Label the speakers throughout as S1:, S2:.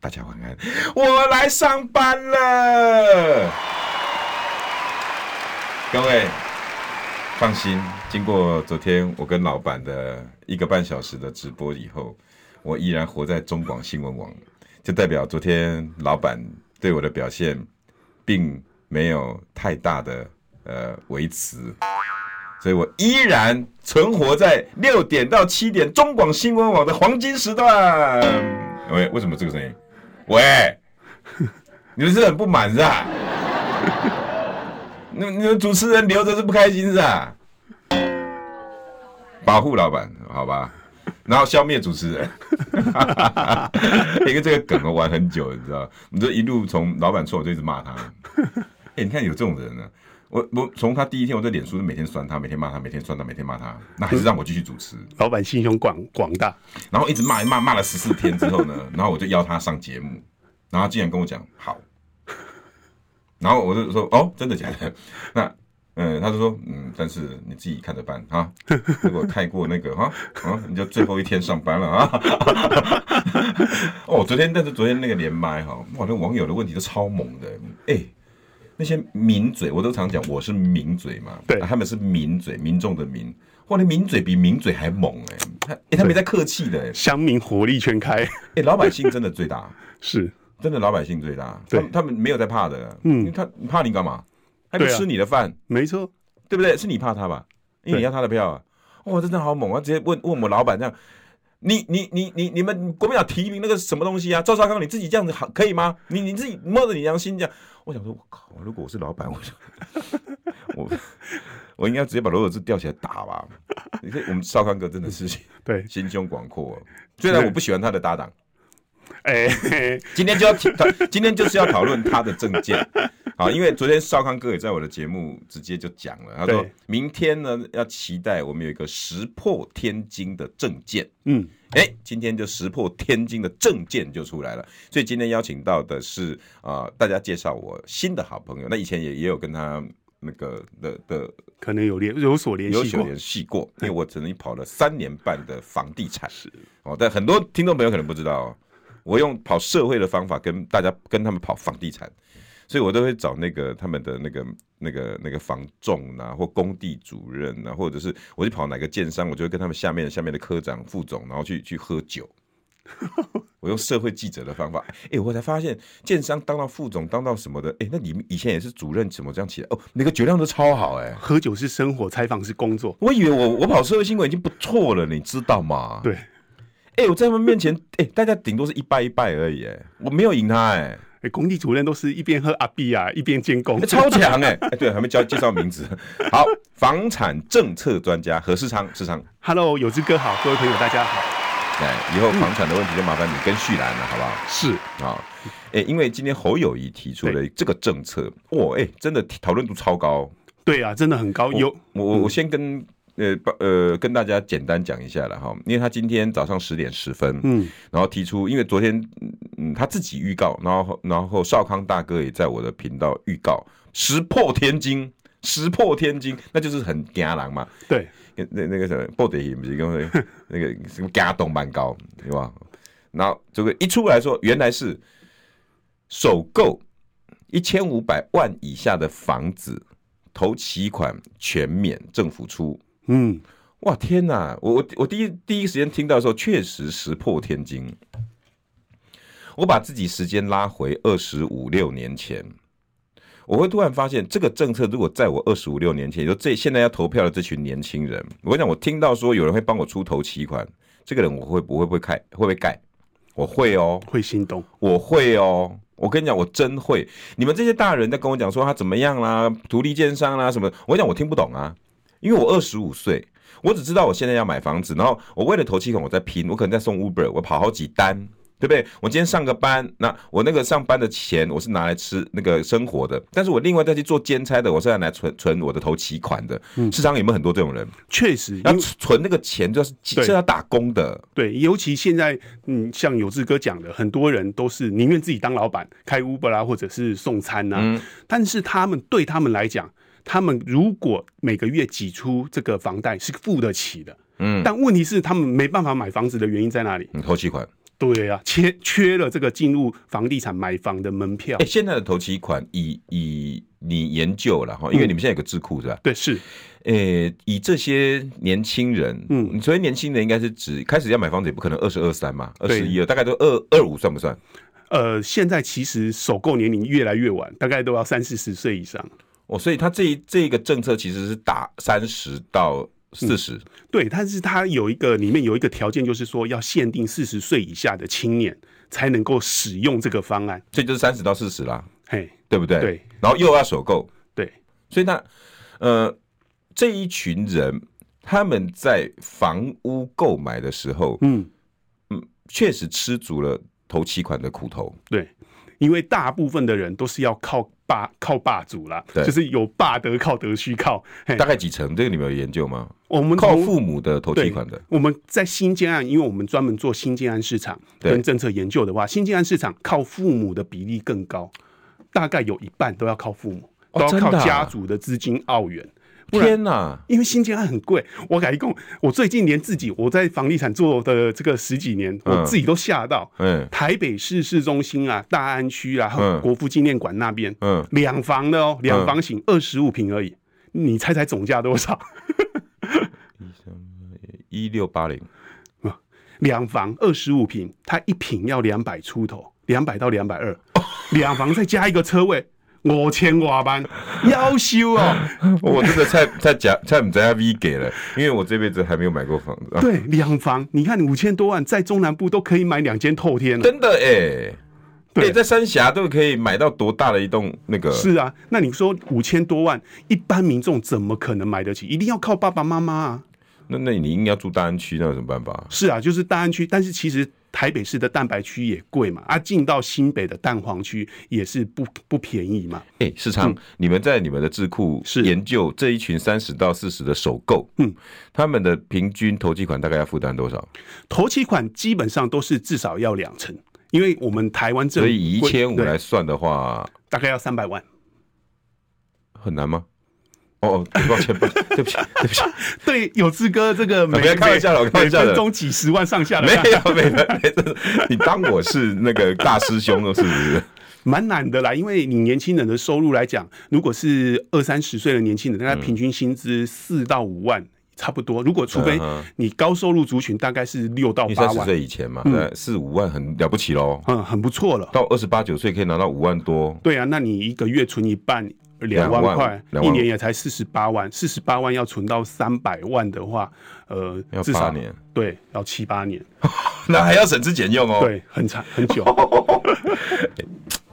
S1: 大家晚安，我来上班了。各位，放心，经过昨天我跟老板的一个半小时的直播以后，我依然活在中广新闻网，就代表昨天老板对我的表现，并没有太大的呃维持。所以我依然存活在六点到七点中广新闻网的黄金时段。喂，为什么这个声音？喂， 你们是很不满是吧？ 你们你们主持人留着是不开心是吧？保护老板，好吧，然后消灭主持人， 因为这个梗我玩很久，你知道，你这一路从老板错，我就一直骂他。哎、你看有这种人呢、我我从他第一天我在脸书就每天酸他，每天骂他，每天酸他，每天骂他，那还是让我继续主持，
S2: 老板心胸广广大，
S1: 然后一直骂一骂骂了十四天之后呢， 然后我就邀他上节目，然后他竟然跟我讲好，然后我就说哦，真的假的？ 那嗯，他就说嗯，但是你自己看着办啊，如果太过那个哈啊，你就最后一天上班了啊。 哦，昨天但是昨天那个连麦哈，哇，那网友的问题都超猛的，哎、那些名嘴，我都常讲我是名嘴嘛，
S2: 对
S1: 啊他们是民嘴，民众的民，哇，那民嘴比名嘴还猛哎、他、哎他没在客气的哎、
S2: 乡民活力全开，
S1: 哎、老百姓真的 最大，
S2: 是
S1: 真的老百姓最大，他
S2: 对
S1: 们他们没有在怕的，嗯，他怕你干嘛？他就
S2: 对啊
S1: 吃你的饭，
S2: 没错，
S1: 对不对？是你怕他吧？因为你
S2: 对
S1: 要他的票啊！哇，真的好猛啊！直接问问我老板这样，你你你你你们国民党提名那个什么东西啊？赵少康你自己这样子好可以吗？你你自己摸着你良心这样，我想说，我靠！如果我是老板，我就 我我应该直接把罗有志吊起来打吧？你看我们少康哥真的是
S2: 对，
S1: 心胸广阔、虽然我不喜欢他的搭档。
S2: 哎、 嘿嘿
S1: 今天就要提， 今天就是要讨论他的证 件好，因为昨天少康哥也在我的节目直接就讲了，他说
S2: 对
S1: 明天呢要期待我们有一个石破天惊的证件。
S2: 嗯，
S1: 哎，今天就石破天惊的证件就出来了，所以今天邀请到的是啊、呃大家介绍我新的好朋友，那以前也也有跟他那个的的
S2: 可能有联有所联
S1: 有
S2: 系
S1: 所
S2: 过，
S1: 联系过，因为我曾经跑了三年半的房地产，哦，但很多听众朋友可能不知道哦，我用跑社会的方法跟大家跟他们跑房地产，所以我都会找那个他们的那个那个那个房仲啊，或工地主任啊，或者是我去跑哪个建商，我就会跟他们下面下面的科长、副总，然后去去喝酒。我用社会记者的方法，哎、我才发现建商当到副总，当到什么的，哎、那你们以前也是主任，怎么这样起来？哦，那个酒量都超好、哎。
S2: 喝酒是生活，采访是工作，
S1: 我以为我我跑社会新闻已经不错了，你知道吗？，
S2: 对，
S1: 哎、我在他们面前，哎、大家顶多是一拜一拜而已，哎，我没有赢他、哎
S2: 哎、工地主任都是一边喝阿碧啊，一边监工
S1: 哎，，超强、哎，哎，对，还没介介绍名字。 好，房产政策专家何世昌，世昌，
S2: Hello，有志哥好，各位朋友大家好，
S1: 哎，以后房产的问题就麻烦你跟旭兰了，好不好？
S2: 是
S1: 啊，哎、因为今天侯友谊提出了这个政策，哇，哎、真的讨论度超高。
S2: 对啊，真的很高，有
S1: 我我我先跟呃把呃跟大家简单讲一下了哈，因为他今天早上十点十分，
S2: 嗯，
S1: 然后提出，因为昨天嗯嗯他自己预告，然后然后少康大哥也在我的频道预告，石破天惊，石破天惊，那就是很惊人嘛，
S2: 对，
S1: 那那那个什么布袋戏不是跟 那个那个什么加动漫高对吧？然后这个一出来说，原来是首购一千五百万以下的房子，投期款全免政府出。
S2: 嗯，
S1: 哇天哪！我我我第一第一时间听到的时候，确实石破天惊。我把自己时间拉回二十五六年前，我会突然发现，这个政策如果在我二十五六年前，也就这现在要投票的这群年轻人，我跟你讲，我听到说有人会帮我出头期款，这个人我会不会不会盖？会不会盖？我会哦，
S2: 会心动，
S1: 我会哦。我跟你讲，我真会。你们这些大人在跟我讲说他怎么样啦，独立建商啦什么的，我跟你讲我听不懂啊，因为我二十五岁，我只知道我现在要买房子，然后我为了投期款我在拼，我可能在送 Uber，我跑好几单，对不对？我今天上个班，那我那个上班的钱我是拿来吃那个生活的，但是我另外再去做兼差的，我是要来存存我的头期款的。市场有没有很多这种人？
S2: 确实，
S1: 要
S2: 嗯因为
S1: 存那个钱就是
S2: 对
S1: 是要打工的，
S2: 对，尤其现在，嗯，像有志哥讲的，很多人都是宁愿自己当老板，开 Uber 啊啦、或者是送餐呐、但是他们对他们来讲，他们如果每个月挤出这个房贷是付得起的，嗯，但问题是他们没办法买房子的原因在哪里？
S1: 嗯，头期款。
S2: 对啊，缺缺了这个进入房地产买房的门票
S1: 哎、。现在的头期款以以你研究了哈，因为
S2: 嗯
S1: 你们现在有个智库是吧？
S2: 对，是
S1: 呃、以这些年轻人，
S2: 嗯
S1: 嗯，所谓年轻人应该是指开始要买房子，也不可能二十二三嘛，二
S2: 对
S1: 十一二，大概都二二五算不算？
S2: 呃，现在其实首购年龄越来越晚，大概都要三四十岁以上。
S1: 哦，所以他这一这个政策其实是打三十到四十、
S2: 嗯对，但是它有一个里面有一个条件，就是说要限定四十岁以下的青年才能够使用这个方案。
S1: 所以就是三十到四十啦，
S2: 嘿，
S1: 对不对？
S2: 对。
S1: 然后又要首购，
S2: 对，
S1: 所以他呃这一群人他们在房屋购买的时候，
S2: 嗯，
S1: 确实吃足了头期款的苦头。
S2: 对，因为大部分的人都是要靠霸靠霸主啦，
S1: 对
S2: 就是有霸得靠，得需靠。嘿，
S1: 大概几成？这个你们有研究吗？
S2: 我们
S1: 靠
S2: 从
S1: 父母的投期
S2: 嗯对
S1: 款的，
S2: 我们在新建案，因为我们专门做新建案市场
S1: 对
S2: 跟政策研究的话，新建案市场靠父母的比例更高，大概有一半都要靠父母，都
S1: 哦
S2: 要
S1: 真
S2: 靠
S1: 的啊
S2: 家族的资金澳元。不然
S1: 天哪！
S2: 因为新建案很贵，我改一共，我最近连自己我在房地产做的这个十几年，
S1: 嗯
S2: 我自己都吓到。
S1: 嗯
S2: 台北市市中心啊，大安区啊，还
S1: 嗯
S2: 有国父纪念馆那边，
S1: 嗯，
S2: 两房的哦，两房型，二十五平而已。你猜猜总价多少？
S1: 一六 八零，
S2: 两房二十五平，它一平要两百出头，两百到两百二，两房再加一个车位，五千瓦班，要修 哦。
S1: 我真的菜菜假菜唔知道 V 给了，因为我这辈子还没有买过房 子，啊
S2: 对，两房，你看五千多万，在中南部都可以买两间透天了。
S1: 真的哎，
S2: 对
S1: 哎，在三峡都可以买到多大的一栋那个？
S2: 是啊，那你说五千多万，一般民众怎么可能买得起？一定要靠爸爸妈妈啊。
S1: 那那你硬要住大安区，那有什么办法？
S2: 是啊，就是大安区，但是其实台北市的蛋白区也贵嘛，啊，进到新北的蛋黄区也是不不便宜嘛。
S1: 哎，市场，你们在你们的智库
S2: 嗯是
S1: 研究这一群三十到四十的首购，
S2: 嗯，
S1: 他们的平均投期款大概要负担多少？
S2: 头期款基本上都是至少要两成，因为我们台湾政
S1: 所
S2: 府
S1: 以以一
S2: 规
S1: 千五
S2: 对
S1: 来算的话，
S2: 大概要三百万。
S1: 很难吗？哦，哦，抱歉，抱歉， 对不起，对不起，
S2: 对，有志哥这个每
S1: 不要开玩笑了我开玩笑的
S2: 每分钟几十万上下的，
S1: 没有，没有，没有， 你当我是那个大师兄了，是不是？
S2: 蛮难的啦，因为你年轻人的收入来讲，如果是二三十岁的年轻人，大概平均薪资四到五万。差不多，如果除非
S1: 嗯哼
S2: 你高收入族群大概是六到
S1: 你
S2: 八
S1: 三十
S2: 万，
S1: 岁以前嘛，对，四五万很了不起喽。
S2: 嗯，很不错了。
S1: 嗯到二十八九岁可以拿到五万多，
S2: 对啊，那你一个月存一半两
S1: 两万
S2: 万块，
S1: 两
S2: 一
S1: 万
S2: 年也才四十八万，四十八万要存到三百万的话，呃
S1: 要，
S2: 至
S1: 八
S2: 少
S1: 年，
S2: 对，要七八年，
S1: 那还要省吃俭用哦。
S2: 对，很长很久。
S1: 哦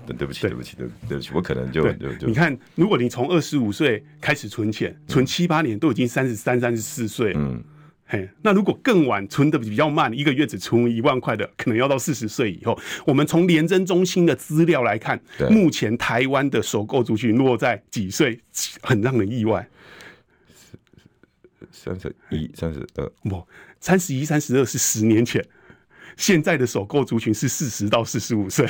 S1: 对，对不起，
S2: 对
S1: 对不起，对对不起，我可能就
S2: 对
S1: 就，就
S2: 你看，如果你从二十五岁开始存钱，存七八年都已经三十三、三十四岁了。
S1: 嗯
S2: 嘿，那如果更晚存的比较慢，一个月只存一万块的，可能要到四十岁以后。我们从廉政中心的资料来看
S1: 对，
S2: 目前台湾的首购族群落在几岁，很让人意外。
S1: 三十一、三十二，
S2: 不，三十一、三十二是十年前，现在的首购族群是四十到四十五岁，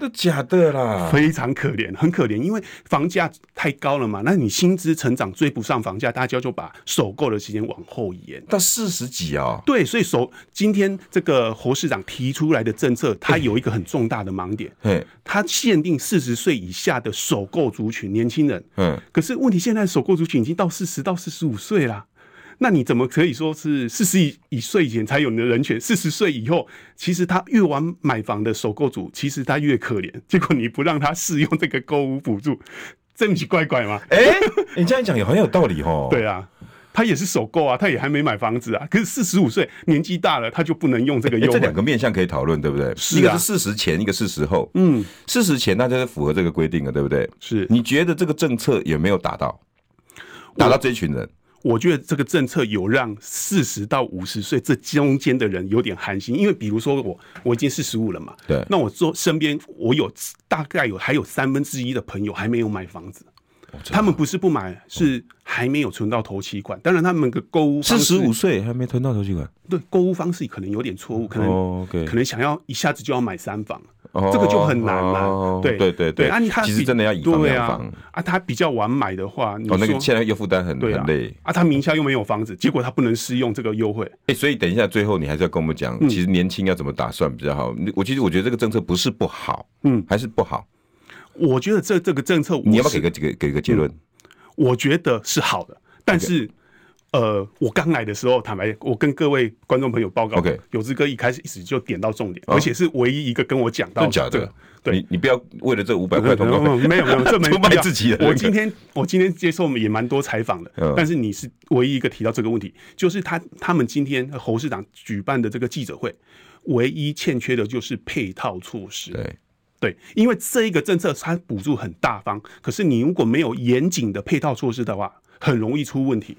S1: 那假的啦。
S2: 非常可怜，很可怜，因为房价太高了嘛，那你薪资成长追不上房价，大家就把首购的时间往后延。
S1: 到四十几哦，
S2: 对，所以首今天这个侯市长提出来的政策，它有一个很重大的盲点，
S1: 嘿，
S2: 它限定四十岁以下的首购族群年轻人。
S1: 嗯，
S2: 可是问题现在首购族群已经到四十到四十五岁啦，那你怎么可以说是四十以以岁以前才有你的人权？四十岁以后，其实他越晚买房的首购族，其实他越可怜。结果你不让他适用这个购物补助，这不是怪怪吗？
S1: 哎， 你这样讲也很有道理哦。
S2: 对啊。他也是首购啊，他也还没买房子啊。可是四十五岁年纪大了，他就不能用这个
S1: 欸
S2: 优
S1: 这
S2: 惠。
S1: 两个面向可以讨论，对不对？
S2: 是啊
S1: 一个是事实前，一个事实后。
S2: 嗯，
S1: 事实前大家是符合这个规定的，对不对？
S2: 是
S1: 你觉得这个政策有没有达到？达到这一群人？
S2: 我觉得这个政策有让四十到五十岁这中间的人有点寒心，因为比如说我我已经四十五了嘛，
S1: 对
S2: 那我做身边我有大概有还有三分之一的朋友还没有买房子，
S1: 哦
S2: 他们不是不买，是还没有存到头期款。当然，他们的购物
S1: 四
S2: 方式
S1: 十五岁还没吞到头期款，
S2: 对购物方式可能有点错误，可能、
S1: 哦，OK
S2: 可能想要一下子就要买三房，
S1: 哦
S2: 这个就很难嘛。
S1: 哦
S2: 对
S1: 对对
S2: 啊，你他
S1: 其实真的要以房
S2: 对
S1: 养
S2: 啊
S1: 房，
S2: 啊，他比较晚买的话，你说、
S1: 哦，那个现在又负担很
S2: 对
S1: 很
S2: 啊
S1: 累，，
S2: 啊，他名下又没有房子，结果他不能适用这个优惠。
S1: 哎、所以等一下，最后你还是要跟我们讲，
S2: 嗯
S1: 其实年轻要怎么打算比较好。你我其实我觉得这个政策不是不好，
S2: 嗯，
S1: 还是不好。
S2: 我觉得这这个政策，
S1: 你要不要给个给给个结论？
S2: 我觉得是好的，但是。呃，我刚来的时候，坦白，我跟各位观众朋友报告
S1: OK
S2: 有志哥一开始一直就点到重点，
S1: 哦
S2: 而且是唯一一个跟我讲到
S1: 真的假
S2: 这
S1: 的
S2: 个？对嗯
S1: 你你不要为了这五百块通告费，
S2: 没有没有，这没
S1: 出卖
S2: 必要
S1: 自己的人
S2: 我今天我今天接受我们也蛮多采访的
S1: 嗯，
S2: 但是你是唯一一个提到这个问题，就是他他们今天侯市长举办的这个记者会，唯一欠缺的就是配套措施。
S1: 对，
S2: 对，因为这一个政策它补助很大方，可是你如果没有严谨的配套措施的话，很容易出问题。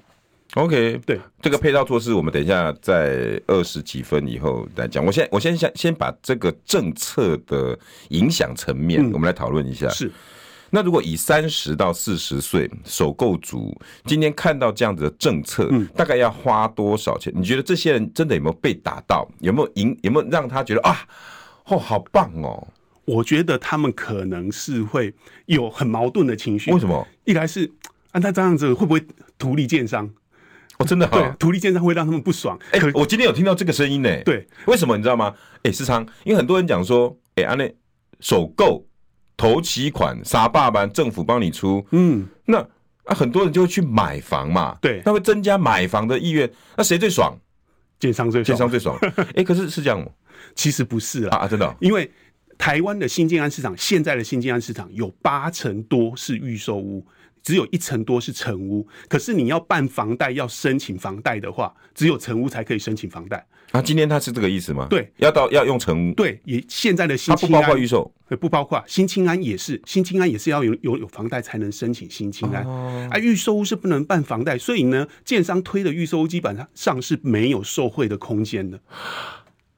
S1: OK，
S2: 对，
S1: 这个配套措施，我们等一下在二十几分以后来讲。我先我先想先把这个政策的影响层面，我们来讨论一下。
S2: 嗯是，
S1: 那如果以三十到四十岁首购族，今天看到这样子的政策，
S2: 嗯
S1: 大概要花多少钱？你觉得这些人真的有没有被打到？有没有赢？有没有让他觉得啊，哦，好棒哦？
S2: 我觉得他们可能是会有很矛盾的情绪。
S1: 为什？么？
S2: 一来是啊，那这样子会不会图利建商？
S1: 哦，真的哈、
S2: 对，图利建商会让他们不爽。
S1: 哎、
S2: 可
S1: 我今天有听到这个声音呢、，
S2: 对，
S1: 为什么你知道吗？哎、思昌，因为很多人讲说，哎、安内首购头期款啥爸爸政府帮你出，
S2: 嗯，
S1: 那啊很多人就会去买房嘛，
S2: 对
S1: 那会增加买房的意愿，那谁最爽？
S2: 建商最
S1: 建
S2: 爽。
S1: 商最爽。哎、可是是这样吗
S2: 其实不是啦，
S1: 啊，啊真的哦、
S2: 因为台湾的新建安市场，现在的新建安市场有八成多是预售屋，只有一成多是成屋。可是你要办房贷，要申请房贷的话，只有成屋才可以申请房贷。
S1: 啊，今天他是这个意思吗？
S2: 对，
S1: 要到要用成屋，
S2: 对，也现在的
S1: 它
S2: 新
S1: 不
S2: 青
S1: 包
S2: 安
S1: 括预售。
S2: 呃不包括新青安也是，新青安也是要有有有房贷才能申请新青安。啊，预售屋是不能办房贷，所以呢，建商推的预售屋基本上是没有受惠的空间的。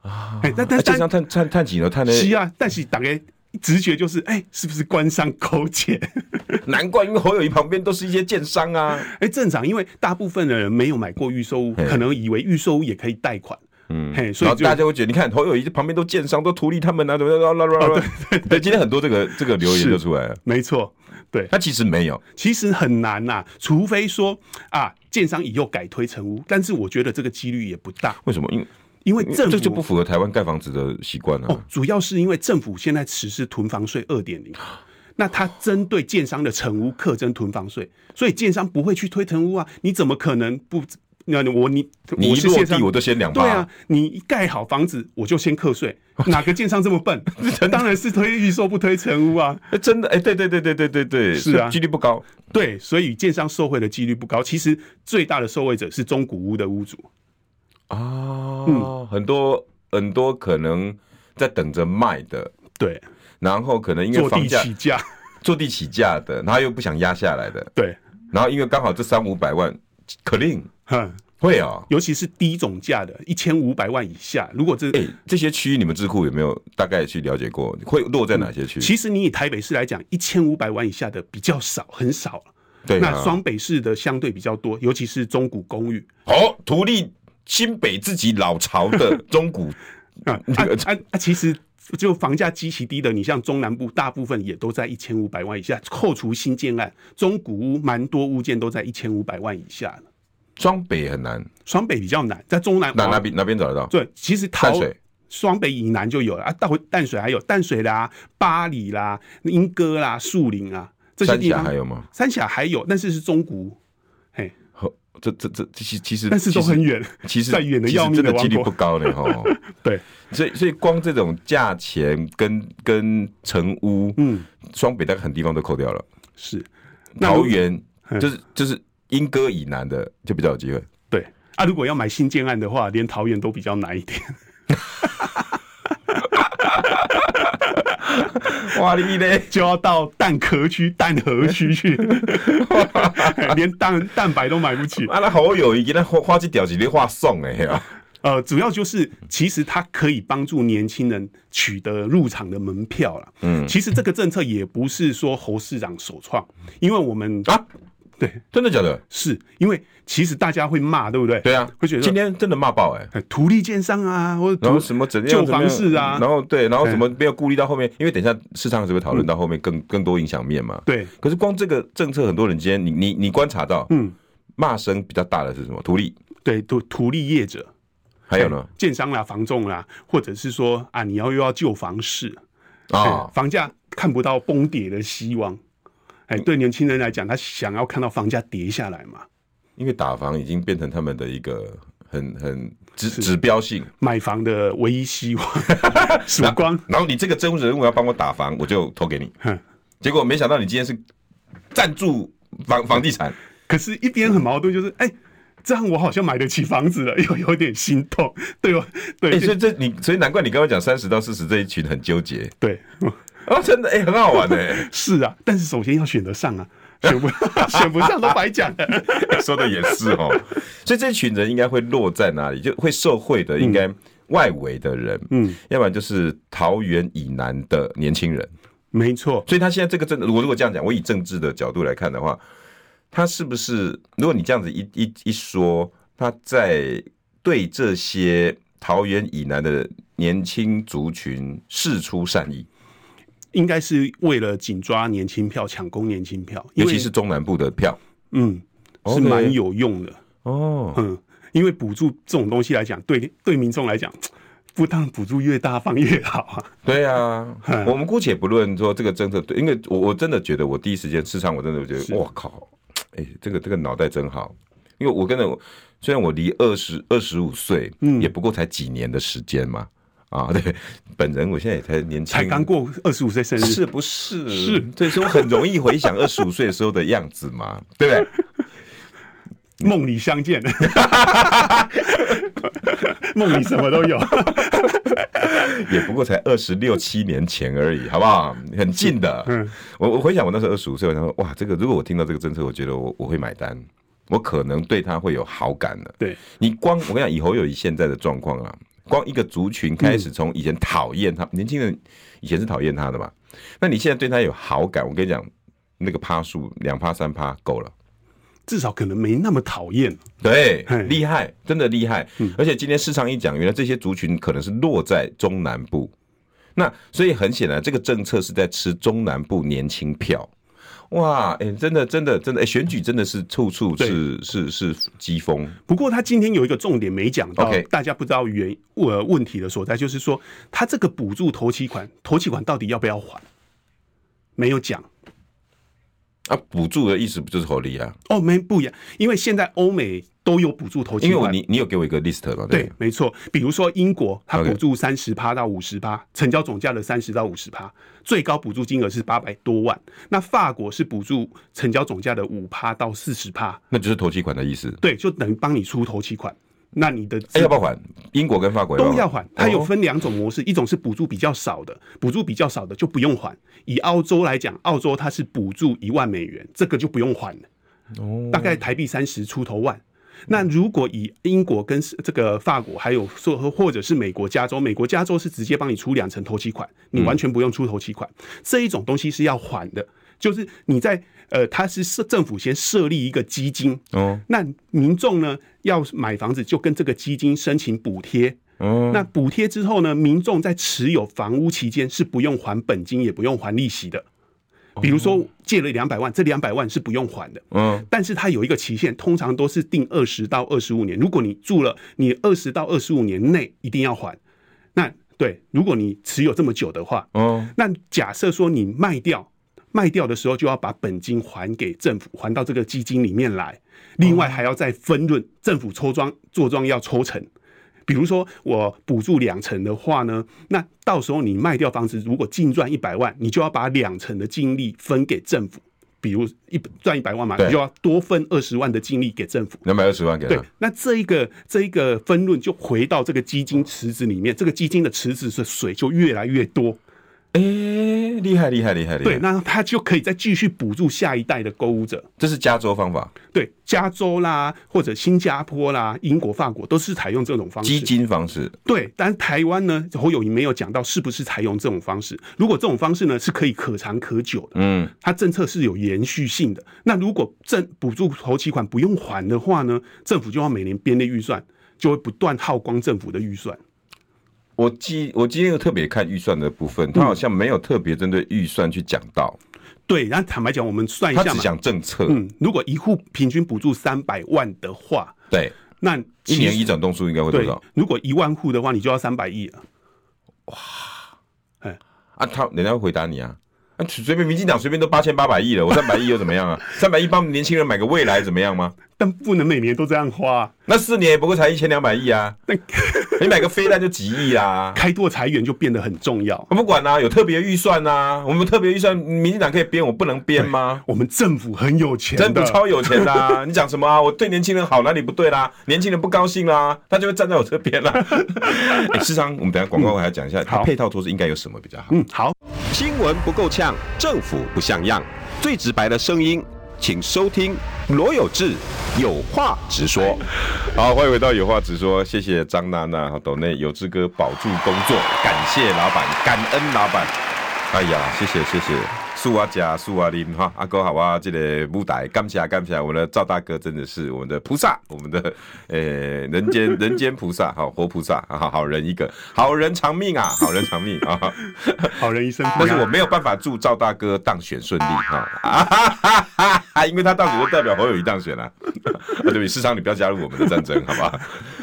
S2: 啊，哎，但但
S1: 啊，建
S2: 但
S1: 商探探探几呢？探呢？
S2: 是啊，但是大概直觉就是，哎、是不是官商勾结？
S1: 难怪，因为侯友谊旁边都是一些建商啊。
S2: 哎、正常，因为大部分的人没有买过预售屋，
S1: 嘿
S2: 可能以为预售屋也可以贷款，嗯，嘿，所以
S1: 然后
S2: 就
S1: 大家会觉得，你看侯友谊旁边都建商，都图利他们啊，怎么啦啦啦
S2: 哦
S1: 啦？对对，今天很多这个这个留言
S2: 是
S1: 就出来了。
S2: 没错，对，
S1: 他其实没有，
S2: 其实很难呐、除非说啊，建商以后改推成屋，但是我觉得这个几率也不大，
S1: 为什么？因为
S2: 因为
S1: 因为
S2: 政府
S1: 这就不符合台湾盖房子的习惯啊。
S2: 哦，主要是因为政府现在实施囤房税二点零，那它针对建商的成屋课征囤房税，所以建商不会去推成屋啊，你怎么可能不？那我你
S1: 你
S2: 我
S1: 一
S2: 是
S1: 落
S2: 建商
S1: 地，我都先两
S2: 对
S1: 趴。
S2: 啊，，你一盖好房子我就先课税，哪个建商这么 笨？当然是推预售不推成屋啊。
S1: 真的，哎，对对对对对对对，
S2: 是啊
S1: 几率不高。
S2: 对，所以建商受贿的几率不高。其实最大的受贿者是中古屋的屋主。嗯
S1: 哦，很多很多可能在等着卖的，
S2: 对，
S1: 然后可能因为
S2: 坐
S1: 房
S2: 地
S1: 价
S2: 起价。
S1: 坐地起价的，然后又不想压下来的，
S2: 对，
S1: 然后因为刚好这三五百万，可令
S2: 哼，
S1: 会啊、
S2: 尤其是低总价的，一千五百万以下，如果这
S1: 哎、这些区域你们智库有没有大概去了解过？会落在哪些区？
S2: 其实你以台北市来讲，一千五百万以下的比较少，很少了。
S1: 对、啊，
S2: 那双北市的相对比较多，尤其是中古公寓。
S1: 哦，图利新北自己老巢的中古，
S2: 啊啊啊啊！其实就房价极其低的，你像中南部大部分也都在一千五百万以下，扣除新建案，中古屋蛮多物件都在一千五百万以下的
S1: 双北很难，
S2: 双北比较难，在中南哦
S1: 哪哪边哪边找得到？
S2: 对，其实
S1: 淡
S2: 桃
S1: 水
S2: 双北以南就有了啊，到淡水还有淡水啦、巴黎啦、莺歌啦、树林啊这些
S1: 三
S2: 地
S1: 峡
S2: 方，
S1: 还有吗？
S2: 三峡还有，但是是中古屋，嘿，
S1: 呵这这这其实嗯其实
S2: 但是都很远，
S1: 其实
S2: 再远的
S1: 其实
S2: 要命
S1: 真的
S2: 王
S1: 几率
S2: 国
S1: 不高 呢哈。
S2: 对，
S1: 所以所以光这种价钱跟跟成屋，
S2: 嗯，
S1: 双北大概很多地方都扣掉了，
S2: 是那如
S1: 桃园
S2: 嗯
S1: 就是就是莺歌以南的就比较有机 会。
S2: 对啊。如果要买新建案的话，连桃园都比较难一点。
S1: 哇你嘞，
S2: 就要到蛋壳区、蛋核区 去，连蛋蛋白都买不起。
S1: 啊那好友谊，那花花枝屌几滴话送哎呀，
S2: 呃，主要就是其实它可以帮助年轻人取得入场的门票啦。嗯，其实这个政策也不是说侯市长首创，因为我们
S1: 啊，
S2: 对，
S1: 真的假的？
S2: 是因为其实大家会骂，对不对？
S1: 对啊，
S2: 会觉得
S1: 今天真的骂爆哎、
S2: 呃图利建商啊，或者
S1: 然
S2: 图
S1: 后什么怎样
S2: 旧
S1: 怎么
S2: 房
S1: 样嗯
S2: 市啊，
S1: 然后对，然后什么没有顾虑到后面，因为等一下市场是会讨论到后面
S2: 嗯
S1: 更更多影响面嘛。
S2: 对，
S1: 可是光这个政策，很多人今天你你你观察到，
S2: 嗯，
S1: 骂声比较大的是什么？图利，
S2: 对图图利业者，
S1: 还有呢
S2: 哎？建商啦、房仲啦，或者是说啊，你要又要救房市哎
S1: 啊，
S2: 房价看不到崩跌的希望。哎，对年轻人来讲，他想要看到房价跌下来嘛，
S1: 因为打房已经变成他们的一个很很指指标性
S2: 买房的唯一希望， 曙光。
S1: 然后你这个政务人物要帮我打房，我就投给你
S2: 哼。
S1: 结果没想到你今天是赞助房房地产，
S2: 可是，一边很矛盾，就是哎、这样我好像买得起房子了， 又有点心痛。对哦，对、
S1: 哎，所以这你所以难怪你刚刚讲三十到四十这一群很纠结
S2: 对，哦
S1: 啊，真的哎，很好玩哎，
S2: 是啊。但是首先要选得上啊，选 不选不上都白讲了。
S1: 说的也是哦，所以这群人应该会落在哪里？就会受贿的，应该外围的人，嗯，要不然就是桃园以南的年轻人。
S2: 没错，
S1: 所以他现在这个政，我如果这样讲，我以政治的角度来看的话，他是不是？如果你这样子一一一说，他在对这些桃园以南的年轻族群示出善意，
S2: 应该是为了紧抓年轻票、抢攻年轻票，因
S1: 尤
S2: 为
S1: 其是中南部的票。
S2: 嗯，是
S1: OK
S2: 蛮有用的。
S1: 哦，
S2: 嗯，因为补助这种东西来讲，对对民众来讲，不当然补助越大方越好啊。
S1: 对啊
S2: 嗯，
S1: 我们姑且不论说这个政策对，因为我我真的觉得，我第一时间市场，我真的觉
S2: 是
S1: 得，我靠，哎、这个这个脑袋真好，因为我跟着我，虽然我离二十二十五岁，嗯，也不过才几年的时间嘛，啊，对，本人我现在也才年轻，
S2: 才刚过二十五岁生日，
S1: 是不是？
S2: 是
S1: 对，所以我很容易回想二十五岁的时候的样子嘛，对不对？
S2: 梦里相 见，梦里什么都有。
S1: 也不过才二十六七年前而已，好不好？很近的。
S2: 嗯
S1: 我我回想我那时候二十五岁，我想说，哇，这个如果我听到这个政策，我觉得我我会买单，我可能对他会有好感的。
S2: 对，
S1: 你光我跟你讲，以侯友谊现在的状况啊，光一个族群开
S2: 嗯
S1: 始从以前讨厌他，年轻人以前是讨厌他的嘛，那你现在对他有好感，我跟你讲，那个趴数两趴三趴够了。
S2: 至少可能没那么讨厌。
S1: 对
S2: 嘿，嗯
S1: 厉害，真的厉害。而且今天市场一讲，原来这些族群可能是落在中南部，那所以很显然，这个政策是在吃中南部年轻票。哇，哎、真的，真的，真的，哎、选举真的是处处是是是疾风。
S2: 不过他今天有一个重点没讲到
S1: OK
S2: 大家不知道原呃问题的所在，就是说他这个补助头期款，头期款到底要不要还？没有讲
S1: 啊，补助的意思不就是侯利啊？
S2: 哦，没不一样，因为现在欧美都有补助头期
S1: 因
S2: 款，啊
S1: 为我你你有给我一个 list 嘛？对
S2: 对，没错。比如说英国，它
S1: OK
S2: 补助三十趴到五十趴，成交总价的三十到五十趴，最高补助金额是八百多万。那法国是补助成交总价的五趴到四十趴，
S1: 那就是投期款的意思。
S2: 对，就等于帮你出头期款。那你的
S1: 哎、要不要还？英国跟法国
S2: 都
S1: 不
S2: 要还，它有
S1: 哦
S2: 分两种模式，一种是补助比较少的，补助比较少的就不用还。以澳洲来讲，澳洲它是补助一万美元，这个就不用还了，
S1: 哦
S2: 大概台币三十出头万。那如果以英国跟这个法国，还有说或者是美国加州，美国加州是直接帮你出两成头期款，你完全不用出头期款，这一种东西是要还的，就是你在呃，它是设政府先设立一个基金，
S1: 哦
S2: 那民众呢要买房子就跟这个基金申请补贴。
S1: 哦嗯
S2: 那补贴之后呢，民众在持有房屋期间是不用还本金，也不用还利息的。比如说借了两百万，这两百万是不用还的，
S1: 嗯，
S2: 但是它有一个期限，通常都是定二十到二十五年。如果你住了，你二十到二十五年内一定要还。那对，如果你持有这么久的话，
S1: 哦，
S2: 那假设说你卖掉，卖掉的时候就要把本金还给政府，还到这个基金里面来，另外还要再分润，政府抽庄做庄要抽成。比如说我补助两成的话呢，那到时候你卖掉房子，如果净赚一百万，你就要把两成的净利分给政府。比如一赚一百万嘛，
S1: 对
S2: 你就要多分二十万的净利给政府。
S1: 两百二十万给
S2: 对
S1: 他。，
S2: 那这一个这一个分论就回到这个基金池子里面，这个基金的池子的水就越来越多。
S1: 哎，厉害厉害厉害厉
S2: 对，
S1: 害！
S2: 那他就可以再继续补助下一代的购物者。
S1: 这是加州方法，
S2: 对，加州啦，或者新加坡啦，英国、法国都是采用这种方
S1: 基
S2: 式。
S1: 金方式。
S2: 对，但台湾呢，侯友谊没有讲到是不是采用这种方式。如果这种方式呢是可以可长可久的，
S1: 嗯，
S2: 它政策是有延续性的。那如果政补助头期款不用还的话呢，政府就要每年编列预算，就会不断耗光政府的预算。
S1: 我今我今天又特别看预算的部分，
S2: 嗯
S1: 他好像没有特别针对预算去讲到，
S2: 对，然后坦白讲，我们算一
S1: 他
S2: 哎下
S1: 只
S2: 嘛，
S1: 讲政策。
S2: 嗯，如果一户平均补助三百万的话，
S1: 对，
S2: 那
S1: 一
S2: 其
S1: 年
S2: 实
S1: 一转动数应该会多
S2: 对
S1: 少？，
S2: 如果一万户的话，你就要三百亿了。
S1: 啊，他人家会回答你啊。啊，随便民进党随便都八千八百亿了，我三百亿又怎么样啊？ 三百亿帮年轻人买个未来怎么样吗？
S2: 但不能每年都这样花啊、
S1: 那四年也不过才一千两百亿啊，
S2: 那
S1: 你买个飞弹就几亿啦。
S2: 开拓财源就变得很重要。
S1: 我不管啊啦、有特别预算呐、啊我们特别预算，民进党可以编，我不能编吗？
S2: 我们政府很有钱
S1: 真的
S2: 的，
S1: 超有钱 啦、你讲什么啊？我对年轻人好，哪里不对啦？年轻人不高兴啦，他就会站在我这边啦。 哎，市场，我们等一下广告还要讲一下，它
S2: 好
S1: 配套措施应该有什么比较好？
S2: 嗯，好，
S3: 新闻不够呛，政府不像样，最直白的声音，请收听罗有志有话直说。
S1: 好，欢迎回到有话直说，谢谢张娜娜和斗内有志哥保住工作，感谢老板，感恩老板。哎呀，谢谢谢谢，素阿家素阿林哈，阿哥好啊，这个舞台感谢感谢，我们的赵大哥真的是我们的菩萨，我们的呃、人间人间菩萨，好活菩萨，好好人一个，好人长命啊，好人长命啊。
S2: 好人一生平安。
S1: 但是我没有办法祝赵大哥当选顺利哈 啊哈哈哈，因为他当选就代表侯友谊当选了、啊。 对不起，市场你不要加入我们的战争，好不 好？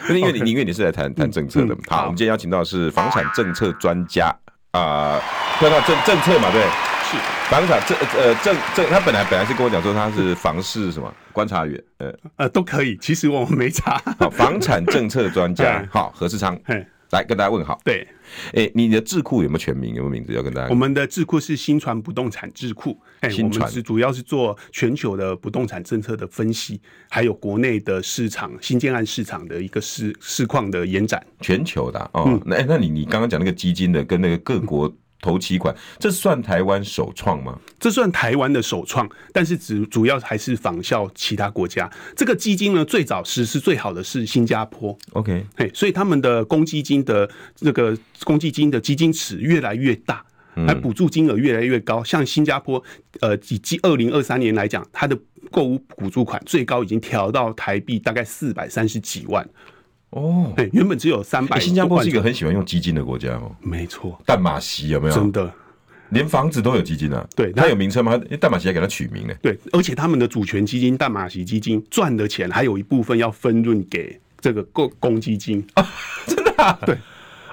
S1: 那因为你因为你是来谈谈政策的嘛。好，我们今天邀请到的是房产政策专家啊，看到政政策嘛，对，
S2: 是
S1: 房产政呃政政，他本来本来是跟我讲说他是房市什么观察员，呃，
S2: 呃都可以，其实我们没差。
S1: 好，房产政策专家
S2: 嗯，
S1: 好，何世昌
S2: 嘿，
S1: 来跟大家问好。
S2: 对，
S1: 哎，你的智库有没有全名？有没有名字要跟大家
S2: 我？们的智库是新传不动产智库，哎、
S1: 哎新
S2: 我
S1: 传
S2: 们是主要是做全球的不动产政策的分析，还有国内的市场新建案市场的一个市市况的延展。
S1: 全球的啊哦，那、哎那你你刚刚讲那个基金的跟那个各国投期款，这算台湾首创吗？
S2: 这算台湾的首创，但是只主要还是仿效其他国家。这个基金呢，最早实施最好的是新加坡，
S1: OK，
S2: 嘿，所以他们的公积金的这个公积金的基金池越来越大，
S1: 嗯
S2: 还补助金额越来越高。像新加坡，呃，以及二零二三年来讲，它的购物补助款最高已经调到台币大概四百三十几万，
S1: 哦、
S2: 对，原本只有三百、
S1: 哎新加坡是一个，很喜欢用基金的国家哦。
S2: 没错，
S1: 淡马锡有没
S2: 真
S1: 有？
S2: 的。
S1: 连房子都有基金啊？
S2: 对
S1: 它
S2: 那
S1: 有名称吗？它淡马锡还给它取名呢。
S2: 对，而且他们的主权基金、淡马锡基金赚的钱，还有一部分要分润给这个公公积金 啊，真的、对，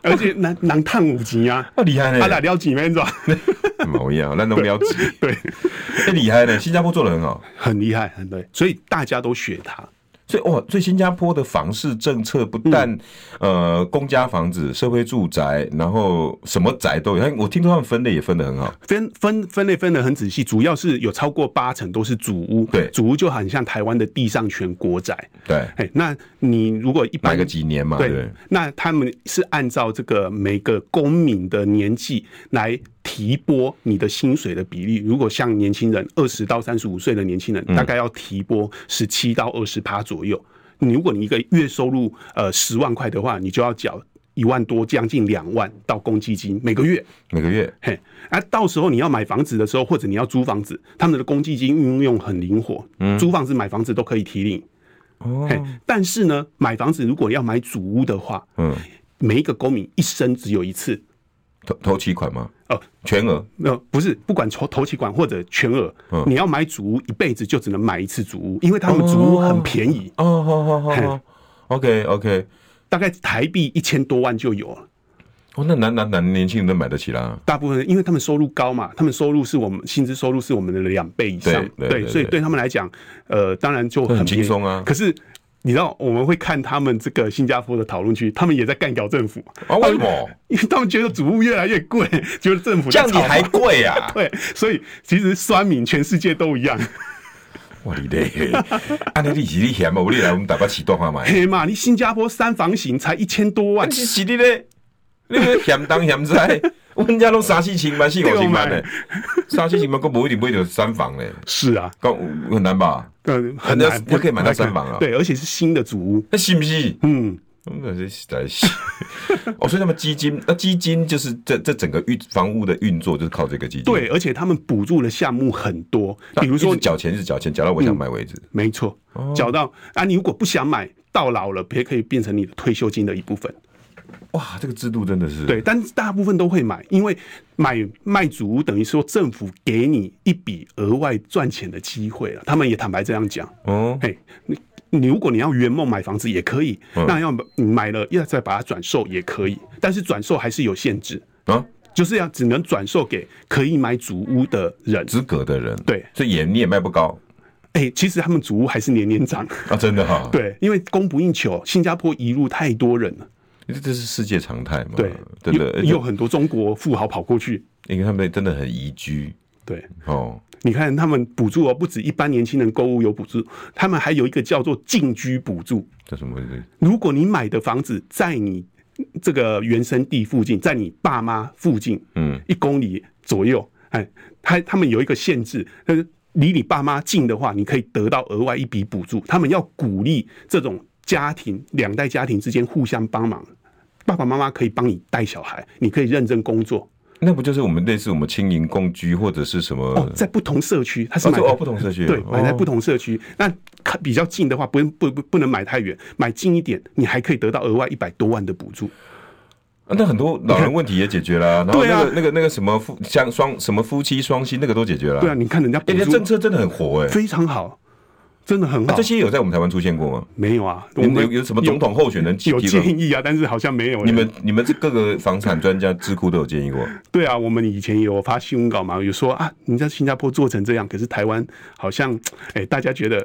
S2: 而且 难难探五级啊，
S1: 那、厉害
S2: 他俩
S1: 呢，
S2: 了几面子，
S1: 毛一样，那都了解。
S2: 对，
S1: 哎，厉害呢，新加坡做的很好，
S2: 很厉害，很对，所以大家都学他，
S1: 所以哇，所以新加坡的房市政策不但、呃公家房子、社会住宅，然后什么宅都有。哎我听说他们分类也分得很好。
S2: 分分分类分得很仔细，主要是有超过八成都是祖屋，
S1: 对
S2: 祖屋就很像台湾的地上权国宅，
S1: 对，
S2: 哎，那你如果一
S1: 哪
S2: 般
S1: 个几年嘛？对不对
S2: 对，那他们是按照这个每个公民的年纪来提拨你的薪水的比例。如果像年轻人，二十到三十五岁的年轻人，
S1: 嗯
S2: 大概要提拨十七到二十趴左右。你如果你一个月收入呃十万块的话，你就要缴一万多，将近两万到公积金每个月。
S1: 每个月。
S2: 嘿，啊，到时候你要买房子的时候，或者你要租房子，他们的公积金运用很灵活，租房子、买房子都可以提领。
S1: 嗯哦
S2: 嘿，但是呢，买房子如果要买主屋的话，
S1: 嗯，
S2: 每一个公民一生只有一次，
S1: 投投期款吗？
S2: 哦，
S1: 全额
S2: 呃，不是，不管投投期款或者全额，
S1: 嗯
S2: 你要买主屋一辈子就只能买一次主屋，因为他们主屋很便宜，
S1: 哦，好好好好，OK OK，
S2: 大概台币一千多万就有了。
S1: 哦，那男男男年轻人都买得起啦，
S2: 大部分人因为他们收入高嘛，他们收入是我们薪资收入是我们的两倍以上，
S1: 对对对
S2: 所以
S1: 对
S2: 对他们来讲，呃，当然就
S1: 很
S2: 很便宜
S1: 轻松啊
S2: 可是你知道，我们会看他们这个新加坡的讨论区，他们也在干掉政府，
S1: 啊，为什么？
S2: 因 为他们觉得主屋越来越贵，觉得政府在
S1: 这样你
S2: 炒
S1: 还
S2: 房
S1: 贵 啊？
S2: 对，所以其实酸民全世界都一样。
S1: 哇，你嘞，安尼你是你嫌嘛？我你来我们台北市多看 买，
S2: 嘿嘛，哎你新加坡三房型才一千多万
S1: 你，是你嘞，你咧嫌东嫌西，阮遮拢三四千万、四五千万
S2: 对
S1: 嘞，三四千万，佫无一定买到三房嘞，
S2: 是啊，
S1: 讲有很难吧？
S2: 嗯，很
S1: 那
S2: 难，
S1: 那可以买到三房啊
S2: 对，而且是新的祖屋，
S1: 那是不是？
S2: 嗯，
S1: 那是实在是， 哦，所以他们基金，那基金就是这这整个运房屋的运作就是靠这个基金。
S2: 对，，而且他们补助的项目很多，比如
S1: 一
S2: 说
S1: 直，缴钱哦一直缴钱，缴到我想买为止。
S2: 没错，缴到啊，你如果不想买，到老了也可以变成你的退休金的一部分，
S1: 哇，这个制度真的是
S2: 嗯对，但是大部分都会买，因为买卖祖屋等于说政府给你一笔额外赚钱的机会了，他们也坦白这样讲，
S1: 哦，
S2: 嘿，哎你你如果你要圆梦买房子也可以，
S1: 嗯
S2: 那要你买了要再把它转售也可以，但是转售还是有限制，
S1: 啊，
S2: 就是要只能转售给可以买主屋的人。
S1: 资格的人，
S2: 对，
S1: 所以也你也卖不高
S2: 哎、其实他们主屋还是年年涨，
S1: 啊，真的哈。，
S2: 对，因为供不应求，新加坡移入太多人了，
S1: 这这是世界常态嘛。
S2: 对，
S1: 嗯真的，
S2: 有有很多中国富豪跑过去，
S1: 因为他们真的很宜居
S2: 对。
S1: 哦。
S2: 你看他们补助哦，不止一般年轻人购物有补助，他们还有一个叫做进居补助。
S1: 叫什么？
S2: 如果你买的房子在你这个原生地附近，在你爸妈附近，
S1: 嗯，
S2: 一公里左右，哎，他他们有一个限制，就是离你爸妈近的话，你可以得到额外一笔补助。他们要鼓励这种家庭两代家庭之间互相帮忙，爸爸妈妈可以帮你带小孩，你可以认真工作。
S1: 那不就是我们类似我们轻盈共居或者是什么？
S2: 哦，在不同社区，它是
S1: 哦
S2: 买
S1: 这哦不同社区
S2: 对，
S1: 哦
S2: 买在不同社区。那看比较近的话，不不不不能买太远，买近一点，你还可以得到额外一百多万的补助。
S1: 啊那很多老人问题也解 决了，然后
S2: 对啊
S1: 那个那个那个什么夫像双什么夫妻双薪那个都解决了。
S2: 对啊，，啊你看人家补
S1: 哎，这
S2: 助
S1: 政策真的很活哎。
S2: 非常好，真的很
S1: 啊
S2: 好
S1: 这。些有在我们台湾出现过吗？
S2: 没有啊，我
S1: 有
S2: 们
S1: 有有什么总统候选人提
S2: 有
S1: 提了？
S2: 建议啊，但是好像没有人。
S1: 你们你们这各个房产专家智库都有建议过，
S2: 对啊，我们以前也有发新闻稿嘛，有说啊，人家新加坡做成这样，可是台湾好像，哎、大家觉得，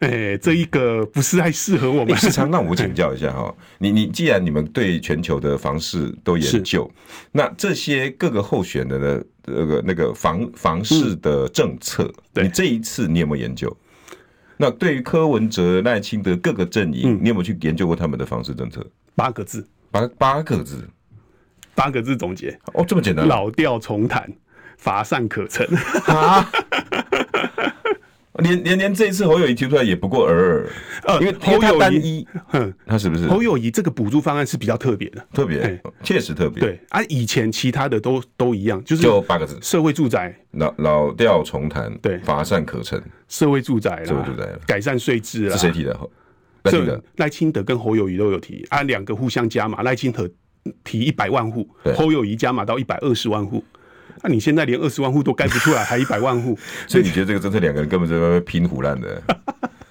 S2: 哎、这一个不是太适合我
S1: 哎，
S2: 们。
S1: 市场，那我请教一下哈，你你既然你们对全球的房市都研究，那这些各个候选人的那个那个房房市的政策，
S2: 嗯对
S1: 你这一次你有没有研究？那对于柯文哲、赖清德各个阵
S2: 嗯
S1: 营，你有没有去研究过他们的房市政策？
S2: 八个字，
S1: 八八个字
S2: 八个字总结：
S1: 哦，这么简单啊？
S2: 老调重弹，乏善可 陈。
S1: 啊连连连这一次侯友谊提出来也不过尔尔，
S2: 呃
S1: 因为因为他单，一，嗯
S2: 哼，
S1: 他是不是
S2: 侯友谊这个补助方案是比较特别的。
S1: 特别
S2: 嘿？
S1: 确实特别，，
S2: 对啊，以前其他的都都一样，就是
S1: 就八个字，
S2: 社会住宅、
S1: 老老调重弹，
S2: 对
S1: 乏善可陈。
S2: 社会住宅
S1: 社会
S2: 啦，
S1: 住宅啦
S2: 改善税制啦
S1: 是，谁提的？
S2: 这
S1: 赖清德，
S2: 赖清德跟侯友谊都有提啊，两个互相加码，赖清德提一百万户
S1: 对，
S2: 侯友谊加码到一百二十万户。那、你现在连二十万户都盖不 出来，还一百万户，
S1: 所以你觉得这个政策两个人根本就在那边拼胡烂的？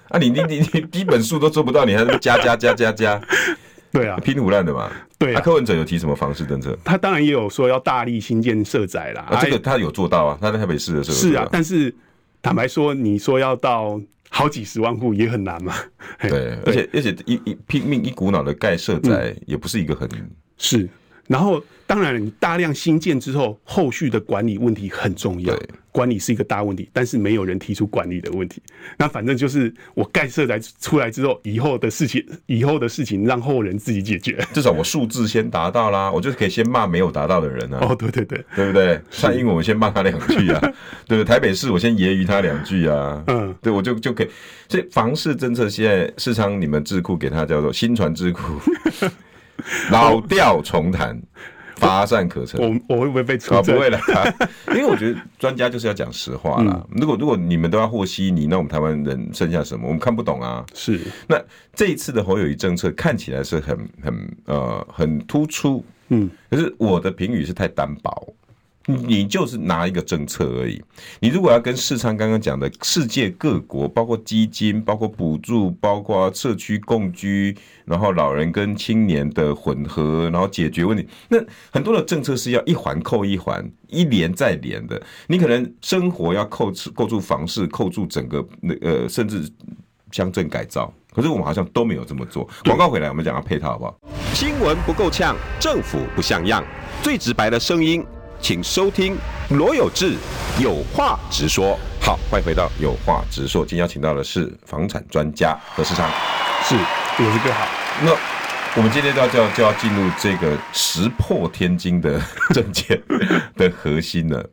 S1: 啊你，你你你基本数都做不到，你还在那边加加加加加，
S2: 对啊，
S1: 拼胡烂的嘛？
S2: 对
S1: 啊，
S2: 啊。
S1: 柯文哲有提什么房市政策？
S2: 他当然也有说要大力新建社宅啦，
S1: 啊，这个
S2: 哎
S1: 他有做到啊，他在台北市的时候有
S2: 是
S1: 做
S2: 啊
S1: 到，
S2: 但是坦白说，你说要到好几十万户也很难嘛。嘿
S1: 对，啊而且而且一一拼命一股脑的盖社宅，也不是一个很
S2: 是，然后当然你大量新建之后，后续的管理问题很重要
S1: 对。
S2: 管理是一个大问题，但是没有人提出管理的问题。那反正就是我盖社宅出来之后，以后的事情，以后的事情让后人自己解决。
S1: 至少我数字先达到啦，我就可以先骂没有达到的人啊。
S2: 哦，对对对，
S1: 对不对？蔡英文，我先骂他两句啊，对不对？台北市，我先揶揄他两句啊，
S2: 嗯，
S1: 对，我就就可以。所以房市政策现在市场你们智库给它叫做新传 智库，老调重弹，乏善可陈。
S2: 我我会嗯不会被出
S1: 啊，不
S2: 征？
S1: 会啦，因为我觉得专家就是要讲实话啦。如果如果你们都要和稀泥，那我们台湾人剩下什么？我们看不懂啊。
S2: 是
S1: 那这一次的侯友谊政策看起来是很很呃很突出，
S2: 嗯，
S1: 可是我的评语是太单薄。你你就是拿一个政策而已。你如果要跟世昌刚刚讲的世界各国，包括基金、包括补助、包括社区共居，然后老人跟青年的混合，然后解决问题，那很多的政策是要一环扣一环，一连再连的。你可能生活要扣住扣住房市，扣住整个那呃，甚至乡镇改造。可是我们好像都没有这么做。广告回来，我们讲下配套好不好？
S3: 新闻不够呛，政府不像样，最直白的声音，请收听罗有志有话直说。
S1: 好，欢迎回到有话直说。今天邀请到的是房产专家何世昌。
S2: 是，我是哥好。
S1: 那我们今天就要就要就要进入这个石破天惊的 证件的核心了。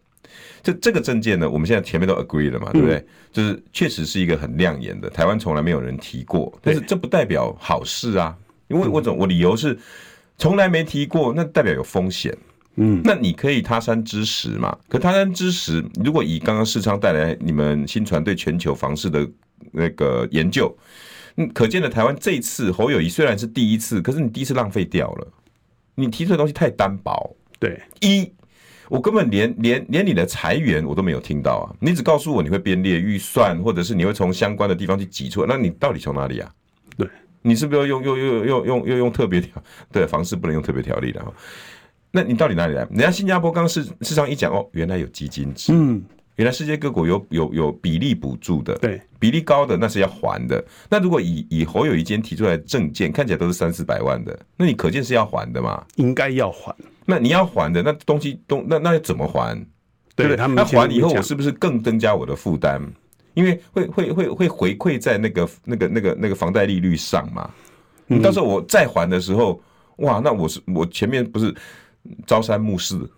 S1: 这这个证件呢，我们现在前面都 agree 了嘛，对不对？就是确实是一个很亮眼的，台湾从来没有人提过，但是这不代表好事啊，因为我总我理由是从来没提过，那代表有风险。
S2: 嗯，
S1: 那你可以他山之石嘛？可他山之石，如果以刚刚世昌带来你们新船对全球房市的那个研究，嗯，可见的台湾这一次侯友谊虽然是第一次，可是你第一次浪费掉了，你提出的东西太单薄。
S2: 对，
S1: 一，我根本连连连你的裁员我都没有听到啊！你只告诉我你会编列预算，或者是你会从相关的地方去挤出来，那你到底从哪里啊？
S2: 对，
S1: 你是不是要用用用用用用用特别条？ 对，房市不能用特别条例的哈。那你到底哪里来？人家新加坡刚市市场一讲哦，原来有基金制，
S2: 嗯，
S1: 原来世界各国有有有比例补助的，
S2: 对，
S1: 比例高的那是要还的。那如果以以侯友谊今天提出来的证件，看起来都是三四百万的，那你可见是要还的嘛？
S2: 应该要还，
S1: 那你要还的，那东西东那那要怎么还？对不
S2: 对
S1: 对
S2: 他们
S1: 那
S2: 前
S1: 还
S2: 面
S1: 以后，
S2: 讲
S1: 我是不是更增加我的负担？因为会会会会回馈在那个那个那个那个房贷利率上嘛。你到时候我再还的时候，哇，那我是我前面不是朝三暮四，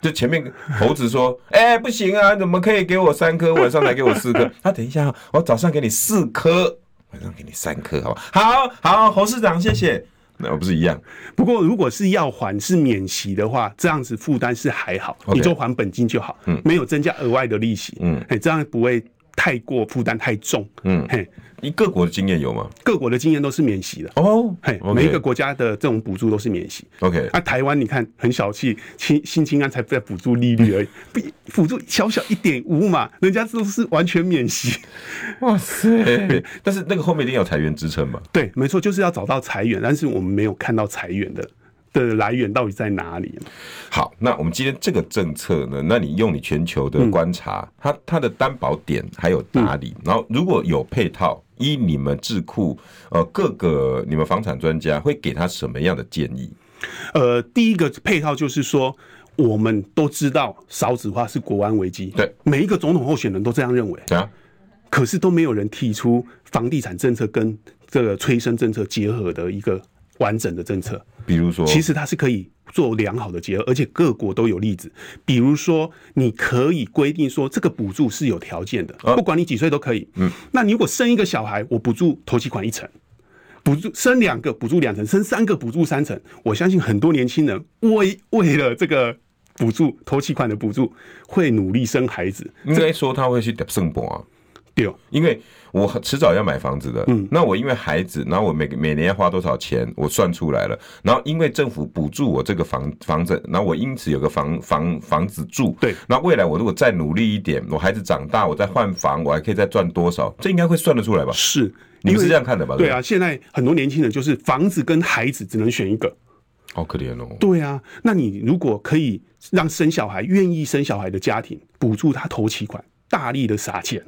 S1: 就前面猴子说，哎、不行啊，怎么可以给我三颗，晚上才给我四颗？他、等一下，我早上给你四颗，晚上给你三颗，好吧？好好，侯市长，谢谢。那我不是一样？
S2: 不过，如果是要还是免息的话，这样子负担是还好
S1: OK
S2: 你就还本金就好，没有增加额外的利息，
S1: 嗯
S2: 哎，这样不会太过负担太重，
S1: 嗯，
S2: 嘿，
S1: 你各国的经验有吗？
S2: 各国的经验都是免息的，
S1: 哦，
S2: 嘿，
S1: OK
S2: 每一个国家的这种补助都是免息。
S1: OK，
S2: 啊，台湾你看很小气，新新青安才在补助利率而已，不补助小小一点五嘛，人家都是完全免息。
S1: 哇塞！ 但是那个后面一定要有裁员支撑嘛？
S2: 对，没错，就是要找到裁员，但是我们没有看到裁员的的来源到底在哪里。
S1: 好，那我们今天这个政策呢？那你用你全球的观察，它它的担保点还有哪里？然后如果有配套，依你们智库呃各个你们房产专家会给他什么样的建议？
S2: 呃，第一个配套就是说，我们都知道少子化是国安危机，
S1: 对，
S2: 每一个总统候选人都这样认为，
S1: 啊，
S2: 可是都没有人提出房地产政策跟这个催生政策结合的一个完整的政策。
S1: 比如说，
S2: 其实它是可以做良好的结合，而且各国都有例子。比如说，你可以规定说这个补助是有条件的，
S1: 啊
S2: 不管你几岁都可以。嗯，那你如果生一个小孩，我补助头期款一成。补助生两个补助两成，生三个补助三成。我相信很多年轻人为为了这个补助头期款的补助，会努力生孩子。
S1: 应该说他会去圣博啊。
S2: 对哦，
S1: 因为我迟早要买房子的，嗯，那我因为孩子，然后我每每年要花多少钱，我算出来了，然后因为政府补助我这个房房子，然后我因此有个房房房子住，
S2: 对
S1: 那未来我如果再努力一点，我孩子长大，我再换房，我还可以再赚多少，这应该会算得出来吧？
S2: 是
S1: 你
S2: 因
S1: 们
S2: 为
S1: 是这样看的吧？
S2: 对啊，现在很多年轻人就是房子跟孩子只能选一个。
S1: 对不对，好可怜哦。
S2: 对啊，那你如果可以让生小孩、愿意生小孩的家庭补助他头期款，大力的撒钱，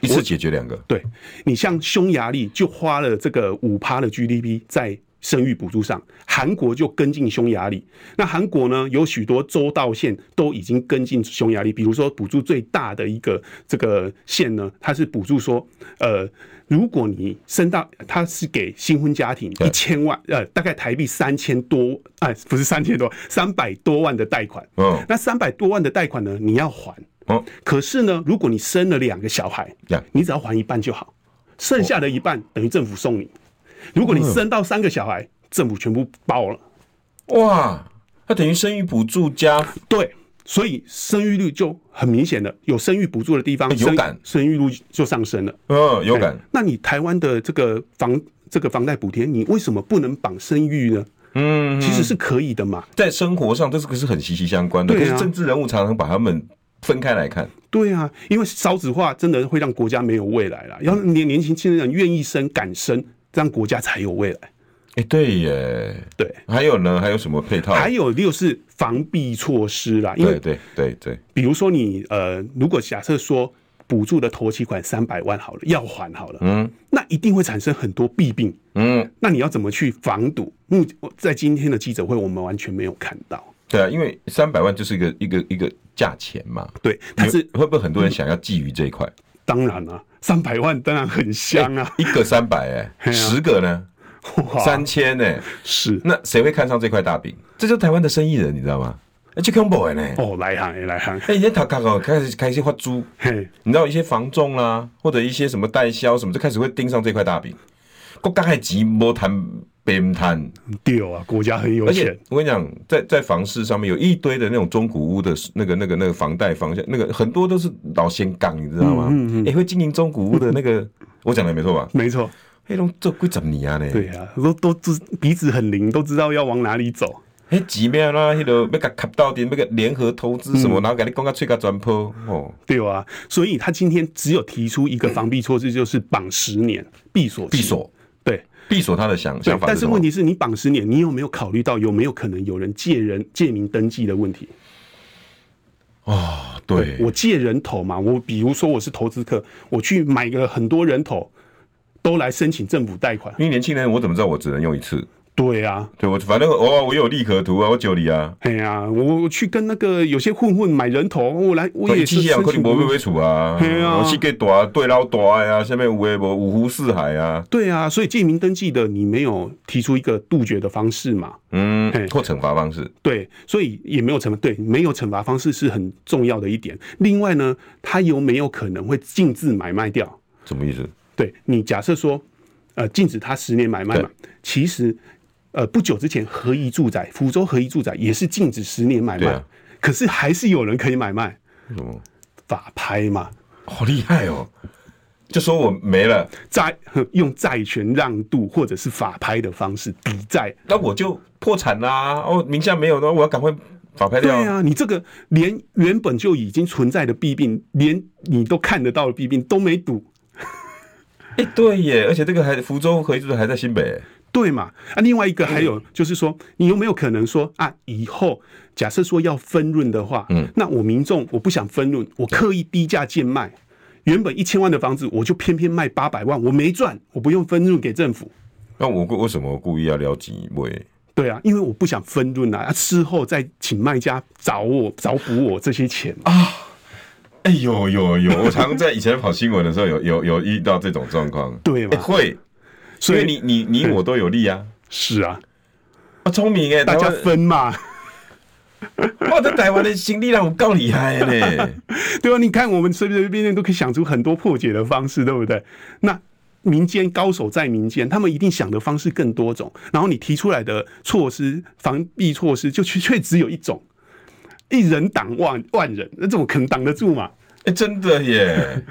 S1: 一次解决两个，
S2: 对你像匈牙利就花了这个五趴的 GDP 在生育补助上，韩国就跟进匈牙利。那韩国呢，有许多州道县都已经跟进匈牙利，比如说补助最大的一个这个县呢，它是补助说，呃，如果你生到，它是给新婚家庭
S1: 对
S2: 一千万，呃，大概台币三千多，哎、不是三千多，三百多万的贷款。
S1: 嗯，
S2: 那三百多万的贷款呢，你要还。
S1: 哦，
S2: 可是呢，如果你生了两个小孩
S1: 呀，
S2: 你只要还一半就好，剩下的一
S1: 哦
S2: 半等于政府送你。如果你生到三个小孩，政府全部包了。
S1: 哇，那等于生育补助加
S2: 对，所以生育率就很明显的，有生育补助的地方，
S1: 哎有
S2: 生
S1: 感
S2: 生育率就上升了。
S1: 嗯有感
S2: 哎，那你台湾的这个房这个房贷补贴，你为什么不能绑生育呢？
S1: 嗯，
S2: 其实是可以的嘛。
S1: 在生活上这是个是很息息相关的，
S2: 对
S1: 可
S2: 啊
S1: 是政治人物常常把他们分开来看，
S2: 对啊，因为少子化真的会让国家没有未来了。要
S1: 嗯
S2: 年年轻轻人愿意生、敢生，让国家才有未来。
S1: 哎，对耶，
S2: 对，
S1: 还有呢？还有什么配套？
S2: 还有六是防避措施啦，因
S1: 对
S2: 为
S1: 对对对，
S2: 比如说你呃，如果假设说补助的头期款三百万好了，要还好了，
S1: 嗯
S2: 那一定会产生很多弊病。
S1: 嗯，
S2: 那你要怎么去防堵？目在今天的记者会，我们完全没有看到。
S1: 对啊，因为三百万就是一个一个一个价钱嘛。
S2: 对，但是
S1: 你会不会很多人想要觊觎这一块？
S2: 当然啦、啊，三百万当然很香啊。
S1: 一个三百哎，
S2: 嘿啊
S1: 十个呢？
S2: 哇
S1: 哎三千呢、
S2: 是
S1: 那谁会看上这块大饼？这就是台湾的生意人，你知道吗？哎，去 combo 呢？
S2: 哦，来行来行，
S1: 哎，人家讨搞开始开始发猪，
S2: 嘿，
S1: 你知道一些房仲啦、或者一些什么代销什么，就开始会盯上这块大饼。国家还急摸谈边谈，
S2: 对啊，国家很有
S1: 而
S2: 钱
S1: 且，我跟你讲，在在房市上面有一堆的那种中古屋的那个那个那个房贷方向，那个很多都是老先港，你知道吗？
S2: 嗯
S1: 也、会经营中古屋的那个，我讲的没错吧？
S2: 没错，
S1: 黑龙做几十年啊呢？
S2: 对啊，都都知鼻子很灵，都知道要往哪里走，
S1: 迄钱咩啦，迄个要甲卡到底，要甲联合投资
S2: 嗯
S1: 什么，然后甲你讲到吹甲转坡哦。
S2: 对啊，所以他今天只有提出一个防避措施，就是绑十年，闭锁期
S1: 闭，锁，
S2: 对。
S1: 闭锁他的想
S2: 对
S1: 想，法
S2: 但
S1: 是什
S2: 是
S1: 么
S2: 问题是你绑十年，你有没有考虑到有没有可能有人借人借名登记的问题？
S1: 啊，对，
S2: 我借人头嘛，我比如说我是投资客，我去买了很多人头，都来申请政府贷款。
S1: 因为年轻人，我怎么知道我只能用一次？
S2: 对啊，
S1: 对我反正我我有利可图啊，我九里啊，
S2: 哎呀、我我去跟那个有些混混买人头，我来我
S1: 我
S2: 也是
S1: 机器啊，
S2: 申
S1: 可
S2: 请
S1: 能无要
S2: 不。
S1: 买厝啊，
S2: 嘿啊
S1: 我去给大对捞大啊，下面有诶无五湖四海啊，
S2: 对啊，所以借名登记的你没有提出一个杜绝的方式嘛？
S1: 嗯
S2: 嘿，
S1: 或惩罚方式，
S2: 对，所以也没有惩罚，对，没有惩罚方式是很重要的一点。另外呢，它有没有可能会禁止买卖掉？
S1: 什么意思？
S2: 对你假设说，呃，禁止他十年买卖嘛，其实，呃，不久之前合一住宅，福州合一住宅也是禁止十年买
S1: 对
S2: 卖，
S1: 啊
S2: 可是还是有人可以买卖，
S1: 什么？
S2: 法拍嘛，
S1: 好厉害哦！就说我没了，
S2: 债 用债权让渡或者是法拍的方式抵债。
S1: 那我就破产啦、哦，名下没有的话，我要赶快法拍
S2: 对
S1: 掉。
S2: 啊，你这个连原本就已经存在的弊病，连你都看得到的弊病都没堵，
S1: 哎、对耶，而且这个还福州合一住宅还在新北，
S2: 对嘛？啊，另外一
S1: 嗯
S2: 个还有就是说，你有没有可能说啊，以后假设说要分润的话，嗯，那我民众我不想分润，我刻意低价贱卖，原本一千万的房子，我就偏偏卖八百万，我没赚，我不用分润给政府。
S1: 那我故为什么我故意要撩几位？
S2: 对啊，因为我不想分润啊，啊事后再请卖家找我找补我这些钱啊，
S1: 哎呦呦 呦！我常在以前跑新闻的时候有，有有遇到这种状况。
S2: 对
S1: 哎
S2: 嘛？
S1: 会，因
S2: 所
S1: 为
S2: 以
S1: 你你你我都有利啊。
S2: 是啊，
S1: 啊，聪明哎，
S2: 大
S1: 台
S2: 家
S1: 湾
S2: 分嘛，
S1: 哇，在台湾的行李让我够厉害 嘞。
S2: 对啊，你看我们随随便便都可以想出很多破解的方式，对不对？那民间高手在民间，他们一定想的方式更多种，然后你提出来的措施、防避措施就却却只有一种， 一人挡万万人，那怎么可能挡得住嘛？
S1: 哎、真的耶！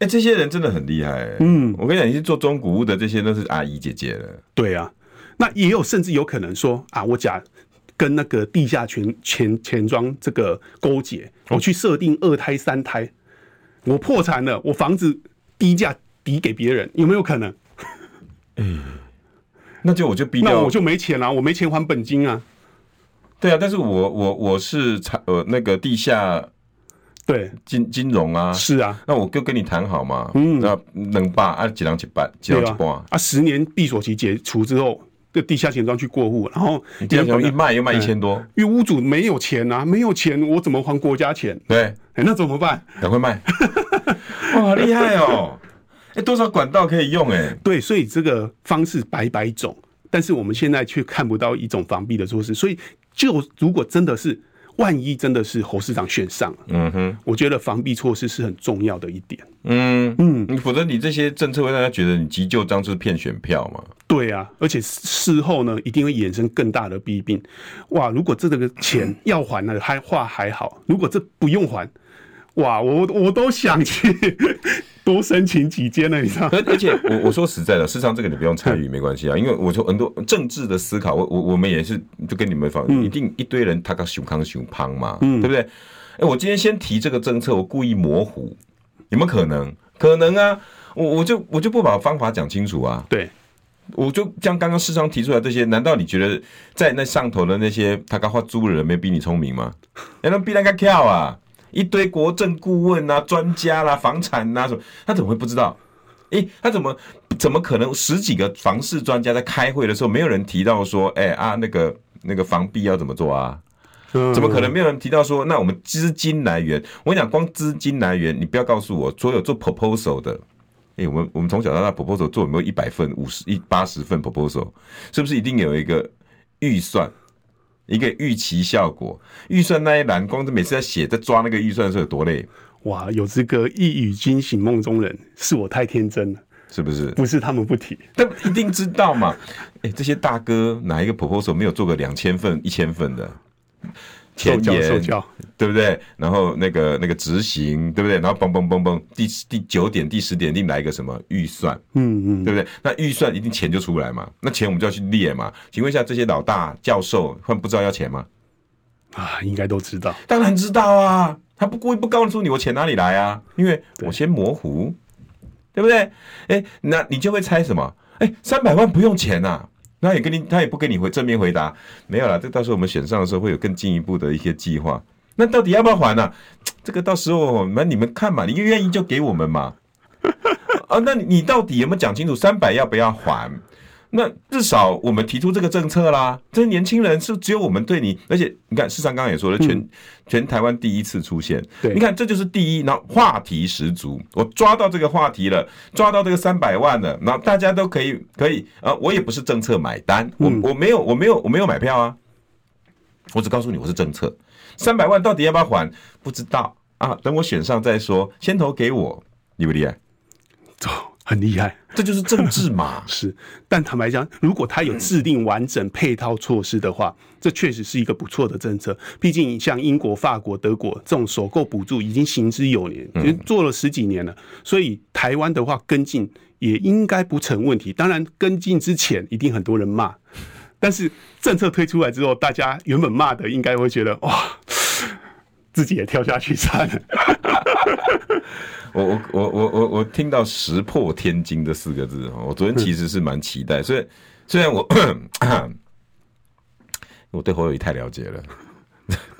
S1: 哎、这些人真的很厉害。嗯，我跟你讲，你是做中古屋的，这些都是阿姨姐姐了。
S2: 对啊，那也有甚至有可能说啊，我假跟那个地下钱钱钱庄这个勾结，我去设定二胎三胎，我破产了，我房子低价抵给别人，有没有可能？
S1: 那就我就逼
S2: 那
S1: 掉，
S2: 我就没钱啊啦、我没钱还本金啊。
S1: 对啊。但是我我我是财呃那个地下
S2: 对，
S1: 金金融啊，
S2: 是啊，
S1: 那我就跟你谈好嘛。嗯，那能办啊，几人一半，几
S2: 对
S1: 人一
S2: 吧
S1: 半？。
S2: 啊，十年闭锁期解除之后，这地下钱庄去过户，然后
S1: 你这样想一
S2: 因
S1: 卖又卖一千多，
S2: 为屋主没有钱啊，没有钱，我怎么还国家钱？
S1: 对，
S2: 哎、那怎么办？
S1: 赶快 卖。哇，好厉害哦！哎、多少管道可以用、哎，
S2: 对，所以这个方式百百种，但是我们现在却看不到一种防避的措施。所以，就如果真的是万一真的是侯市长选上了，
S1: 嗯哼，
S2: 我觉得防避措施是很重要的一点。
S1: 嗯嗯，否则你这些政策会让大家觉得你急救章是骗选票嘛？
S2: 对啊，而且事后呢，一定会衍生更大的弊病。哇，如果这个
S1: 嗯
S2: 钱要还了，还话还好；如果这不用还，哇，我我都想 去多申请几间了，你知道？
S1: 而而且我我说实在的，事实上这个你不用参与没关系啊，因为我说很多政治的思考，我我我们也是就跟你们反，一定一堆人他刚熊康熊胖嘛，对不对？哎，我今天先提这个政策，我故意模糊，有没有可能？可能啊，我我就我就不把方法讲清楚啊，
S2: 对，
S1: 我就将刚刚市商提出来这些，难道你觉得在那上头的那些他刚画猪的人没比你聪明吗？哎，那比那个跳啊，一堆国政顾问啊、专家啦、房产啊呐、什么，他怎么会不知道？诶，他怎么怎么可能十几个房市专家在开会的时候，没有人提到说，哎啊那个那个房币要怎么做啊？
S2: 嗯
S1: 怎么可能没有人提到说，那我们资金来源？我跟你讲，光资金来源，你不要告诉我所有做 proposal 的，哎、我们我们从小到大 proposal 做有没有一百份、五十一八十份 proposal，是不是一定有一个预算，一个预期效果？预算那一栏，光是每次在写在抓那个预算的时候有多累，
S2: 哇，有志哥一语惊醒梦中人，是我太天真了，
S1: 是不是？
S2: 不是他们不提。
S1: 但一定知道嘛？哎、这些大哥哪一个 proposal 没有做个两千份、一千份的？
S2: 受
S1: 前
S2: 教
S1: 言
S2: 受教，
S1: 对不对？然后那个那个执行，对不对？然后嘣嘣嘣嘣，第第九点、第十点一定来一个什么预算，
S2: 嗯嗯，
S1: 对不对？那预算一定钱就出来嘛，那钱我们就要去列嘛。请问一下，这些老大教授他们不知道要钱吗？
S2: 啊，应该都知道。
S1: 当然知道啊，他不故意不告诉你我钱哪里来啊，因为我先模糊，对不对？哎，那你就会猜什么？哎，三百万不用钱啊。那也跟你，他也不跟你回正面回答，没有啦。这到时候我们选上的时候会有更进一步的一些计划。那到底要不要还呢、啊这个到时候那你们看嘛，你愿意就给我们嘛。 啊，那你你到底有没有讲清楚三百要不要还？那至少我们提出这个政策啦，这些年轻人是只有我们对你，而且你看，市场刚刚也说了，全、全台湾第一次出现，
S2: 嗯对
S1: 你看这就是第一，然后话题十足，我抓到这个话题了，抓到这个三百万了，然后大家都可以可以，呃，我也不是政策买单，我
S2: 嗯
S1: 我没有我没有我没有买票啊，我只告诉你我是政策，三百万到底要不要还？不知道啊，等我选上再说，先投给我，厉不厉害？
S2: 哦，很厉害，，
S1: 这就是政治嘛
S2: 是。但坦白讲，如果他有制定完整配套措施的话，这确实是一个不错的政策。毕竟像英国、法国、德国这种首购补助已经行之有年，已经做了十几年了，所以台湾的话跟进也应该不成问题。当然，跟进之前一定很多人骂，但是政策推出来之后，大家原本骂的应该会觉得哇。自己也跳下去杀了，
S1: 我我我我我我听到“石破天惊”这四个字，哦我昨天其实是蛮期待，虽然虽然我 我对侯友谊太了解了。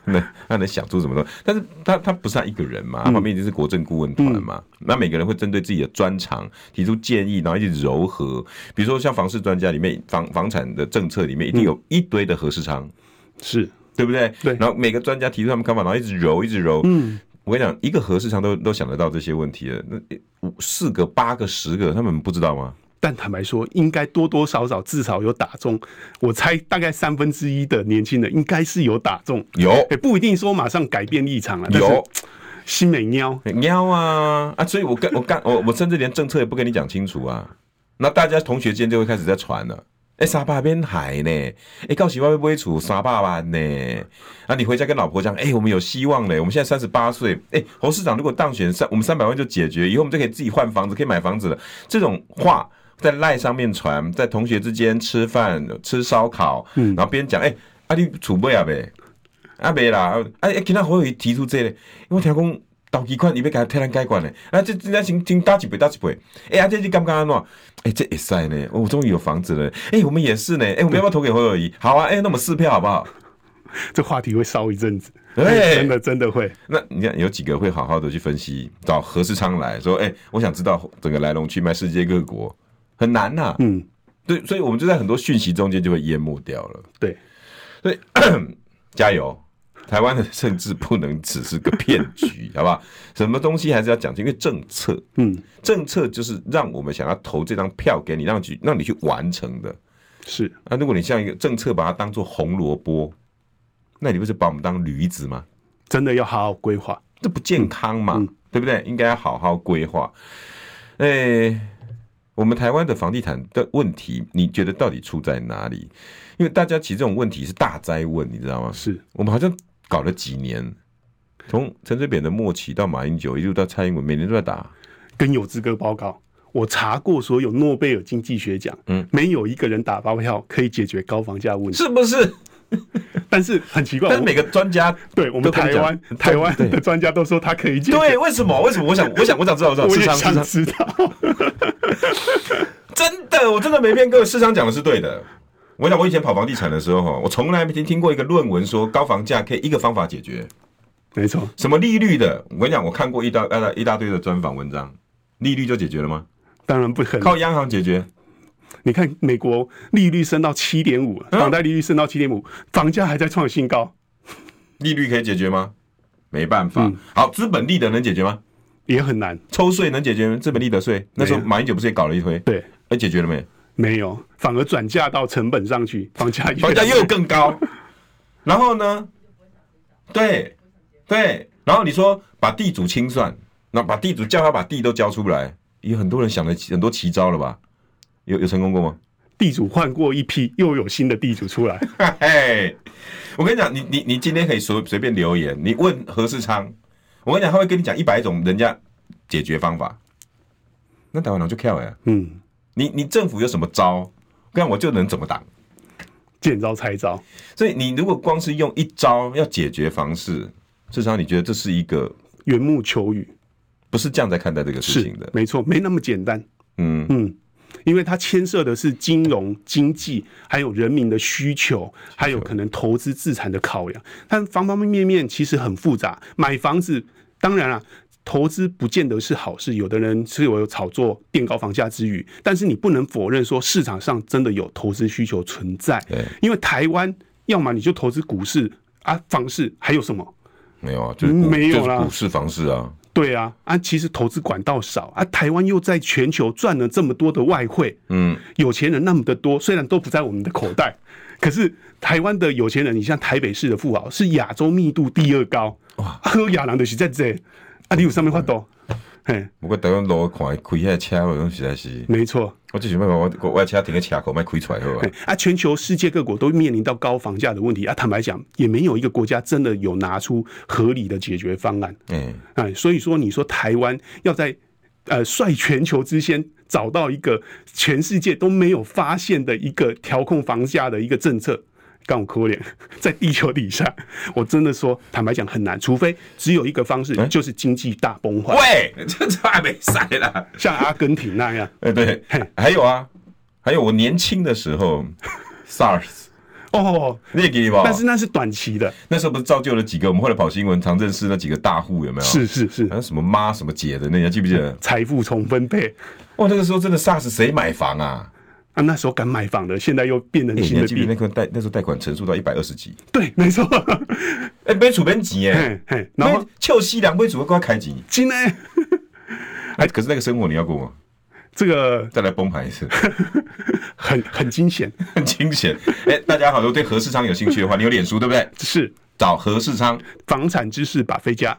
S1: 能他能想出什么东西？但是他他不是他一个人嘛，他旁边已经是国政顾问团嘛。那每个人会针对自己的专长提出建议，然后一起柔和。比如说像房市专家里面，房房产的政策里面一定有一堆的核市仓，
S2: 是
S1: 对不对？
S2: 对
S1: 然后每个专家提出他们看法，然后一直揉，一直揉。嗯，我跟你讲，一个核市场都都想得到这些问题的，那五四个、八个、十个，他们不知道吗？
S2: 但坦白说，应该多多少少至少有打中。我猜大概三分之一的年轻人应该是有打中，
S1: 有
S2: 也不一定说马上改变立场了。
S1: 有，
S2: 新美喵，
S1: 喵啊啊！所以我跟我干我我甚至连政策也不跟你讲清楚啊。那大家同学间就会开始在传了。哎、沙巴边海呢？哎、告诉我会不会处沙巴湾呢？啊，你回家跟老婆讲，哎、我们有希望嘞！我们现在三十八岁，哎、侯市长如果当选三，我们三百万就解决，以后我们就可以自己换房子，可以买房子了。这种话在赖上面传，在同学之间吃饭吃烧烤，然后边讲，哎、啊你储备啊呗，啊没啦，啊哎，今仔侯友谊提出这个，我听讲投机款伊要甲替咱解决呢，啊这这咱先先打一杯打一杯，哎、啊这你感觉安怎？哎、这会使呢，哦我终于有房子了，哎、我们也是呢，哎、我们要不要投给侯友谊？好啊，哎、那我们四票好不好？
S2: 这话题会烧一阵子，
S1: 哎
S2: 真的真的会。
S1: 那你看有几个会好好的去分析，找何世昌来说，哎、我想知道整个来龙去脉，世界各国很难呐、
S2: 嗯，
S1: 对，所以我们就在很多讯息中间就会淹没掉了。
S2: 对，
S1: 所以加油，台湾的政治不能只是个骗局， 好不好？什么东西还是要讲清，因为政策，
S2: 嗯，
S1: 政策就是让我们想要投这张票给你，让去让你去完成的。
S2: 是
S1: 那、如果你像一个政策把它当做红萝卜，那你不是把我们当驴子吗？
S2: 真的要好好规划。
S1: 这不健康嘛，
S2: 嗯
S1: 对不对？应该要好好规划。诶、我们台湾的房地产的问题，你觉得到底出在哪里？因为大家其实这种问题是大灾问，你知道吗？
S2: 是
S1: 我们好像搞了几年，从陈水扁的末期到马英九，一路到蔡英文，每年都在打。
S2: 跟有资格报告，我查过所有诺贝尔经济学奖，
S1: 嗯，
S2: 没有一个人打包票可以解决高房价问题。
S1: 是不是？
S2: 但是很奇怪，
S1: 但是
S2: 我
S1: 每个专家
S2: 对我们
S1: 都跟
S2: 台
S1: 你讲
S2: 湾台湾
S1: 对
S2: 的专家都说他可以解决，
S1: 对，为什么？为什么？我想，我想，我想知道，我想
S2: 我
S1: 市
S2: 也
S1: 场市
S2: 想
S1: 场
S2: 知道。
S1: 真的，我真的没骗各位，市场讲的是对的。我想，我以前跑房地产的时候，哈，我从来没听听过一个论文说高房价可以一个方法解决，
S2: 没错，
S1: 什么利率的。我跟你讲，我看过一大一大一大堆的专访文章，利率就解决了吗？
S2: 当然不可能。
S1: 靠央行解决？
S2: 你看美国利率升到七点五，
S1: 嗯
S2: 房贷利率升到七点五，房价还在创新高，嗯
S1: 利率可以解决吗？没办法。好，资本利得能解决吗？
S2: 也很难。
S1: 抽税能解决吗资本利得税？那时候
S2: 没有
S1: 马英九不是也搞了一推？
S2: 对，
S1: 哎，解决了没？
S2: 没有，反而转嫁到成本上去，房价
S1: 房价又更高。然后呢？对对，然后你说把地主清算，那把地主叫他把地都交出来，有很多人想了很多奇招了吧？有有成功过吗？
S2: 地主换过一批，又有新的地主出来。
S1: 嘿，我跟你讲，你你你今天可以随随便留言，你问何世昌，我跟你讲，他会跟你讲一百种人家解决方法。那台湾人就 care 呀、
S2: 嗯，
S1: 你你政府有什么招，那我就能怎么挡。
S2: 见招拆招，
S1: 所以你如果光是用一招要解决房市，至少你觉得这是一个
S2: 缘木求鱼
S1: 不是这样在看待这个事情
S2: 是
S1: 的。
S2: 没错，没那么简单。
S1: 嗯，
S2: 嗯，因为它牵涉的是金融、经济，还有人民的需求，还有可能投资资产的考量。但方方面面其实很复杂。买房子，当然啊。投资不见得是好事，有的人是有炒作垫高房价之余，但是你不能否认说市场上真的有投资需求存在。
S1: 对，
S2: 因为台湾要么你就投资股市啊，房市，还有什么？
S1: 没有啊，就是股
S2: 嗯没有
S1: 就
S2: 啦
S1: 是股市、房市啊，
S2: 对啊，啊，其实投资管道少啊，台湾又在全球赚了这么多的外汇，
S1: 嗯，
S2: 有钱人那么的多，虽然都不在我们的口袋，可是台湾的有钱人，你像台北市的富豪是亚洲密度第二高，哇，喝亚郎的是在这，啊，你有上面发抖，嘿，
S1: 不过台湾路看开遐车，我讲实在是，
S2: 没错，
S1: 我就想办法我我我的车停在车口，卖开出来好吧
S2: 嘿？啊，全球世界各国都面临到高房价的问题啊，坦白讲，也没有一个国家真的有拿出合理的解决方案，
S1: 嗯，
S2: 哎，所以说你说台湾要在呃率全球之先找到一个全世界都没有发现的一个调控房价的一个政策。刚我哭脸， 在地球底下，我真的说，坦白讲很难，除非只有一个方式，
S1: 哎
S2: 就是经济大崩坏，
S1: 喂，这这还没晒啦。
S2: 像阿根廷那样。
S1: 哎，对，还有啊，还有我年轻的 时候，SARS，
S2: 哦，
S1: 你也给你吧。
S2: 但是那是短期的，
S1: 那时候不是造就了几个我们后来跑新闻常认识那几个大户有没有？
S2: 是，是是
S1: 还，有什么妈什么姐的，那你还记不记得？
S2: 财富重分配
S1: 哇，那个时候真的 SARS 谁买房啊？
S2: 啊，那时候敢买房的，现在又变成
S1: 哎、你
S2: 新
S1: 还
S2: 的
S1: 记不
S2: 币
S1: 记得，那个贷那时候贷款成数到一百二十几？
S2: 对，没错，
S1: 哎、没储备钱哎、
S2: 嘿嘿，然
S1: 然后
S2: 后
S1: 秋夕两杯主要开几？
S2: 今天
S1: 哎，可是那个生活你要过吗？
S2: 这个
S1: 再来崩盘一次，
S2: 很很惊险，
S1: 很惊险。哎，大家好，如果对何世昌有兴趣的话，你有脸书对不对？
S2: 是
S1: 找何世昌，
S2: 房产知识把飞加。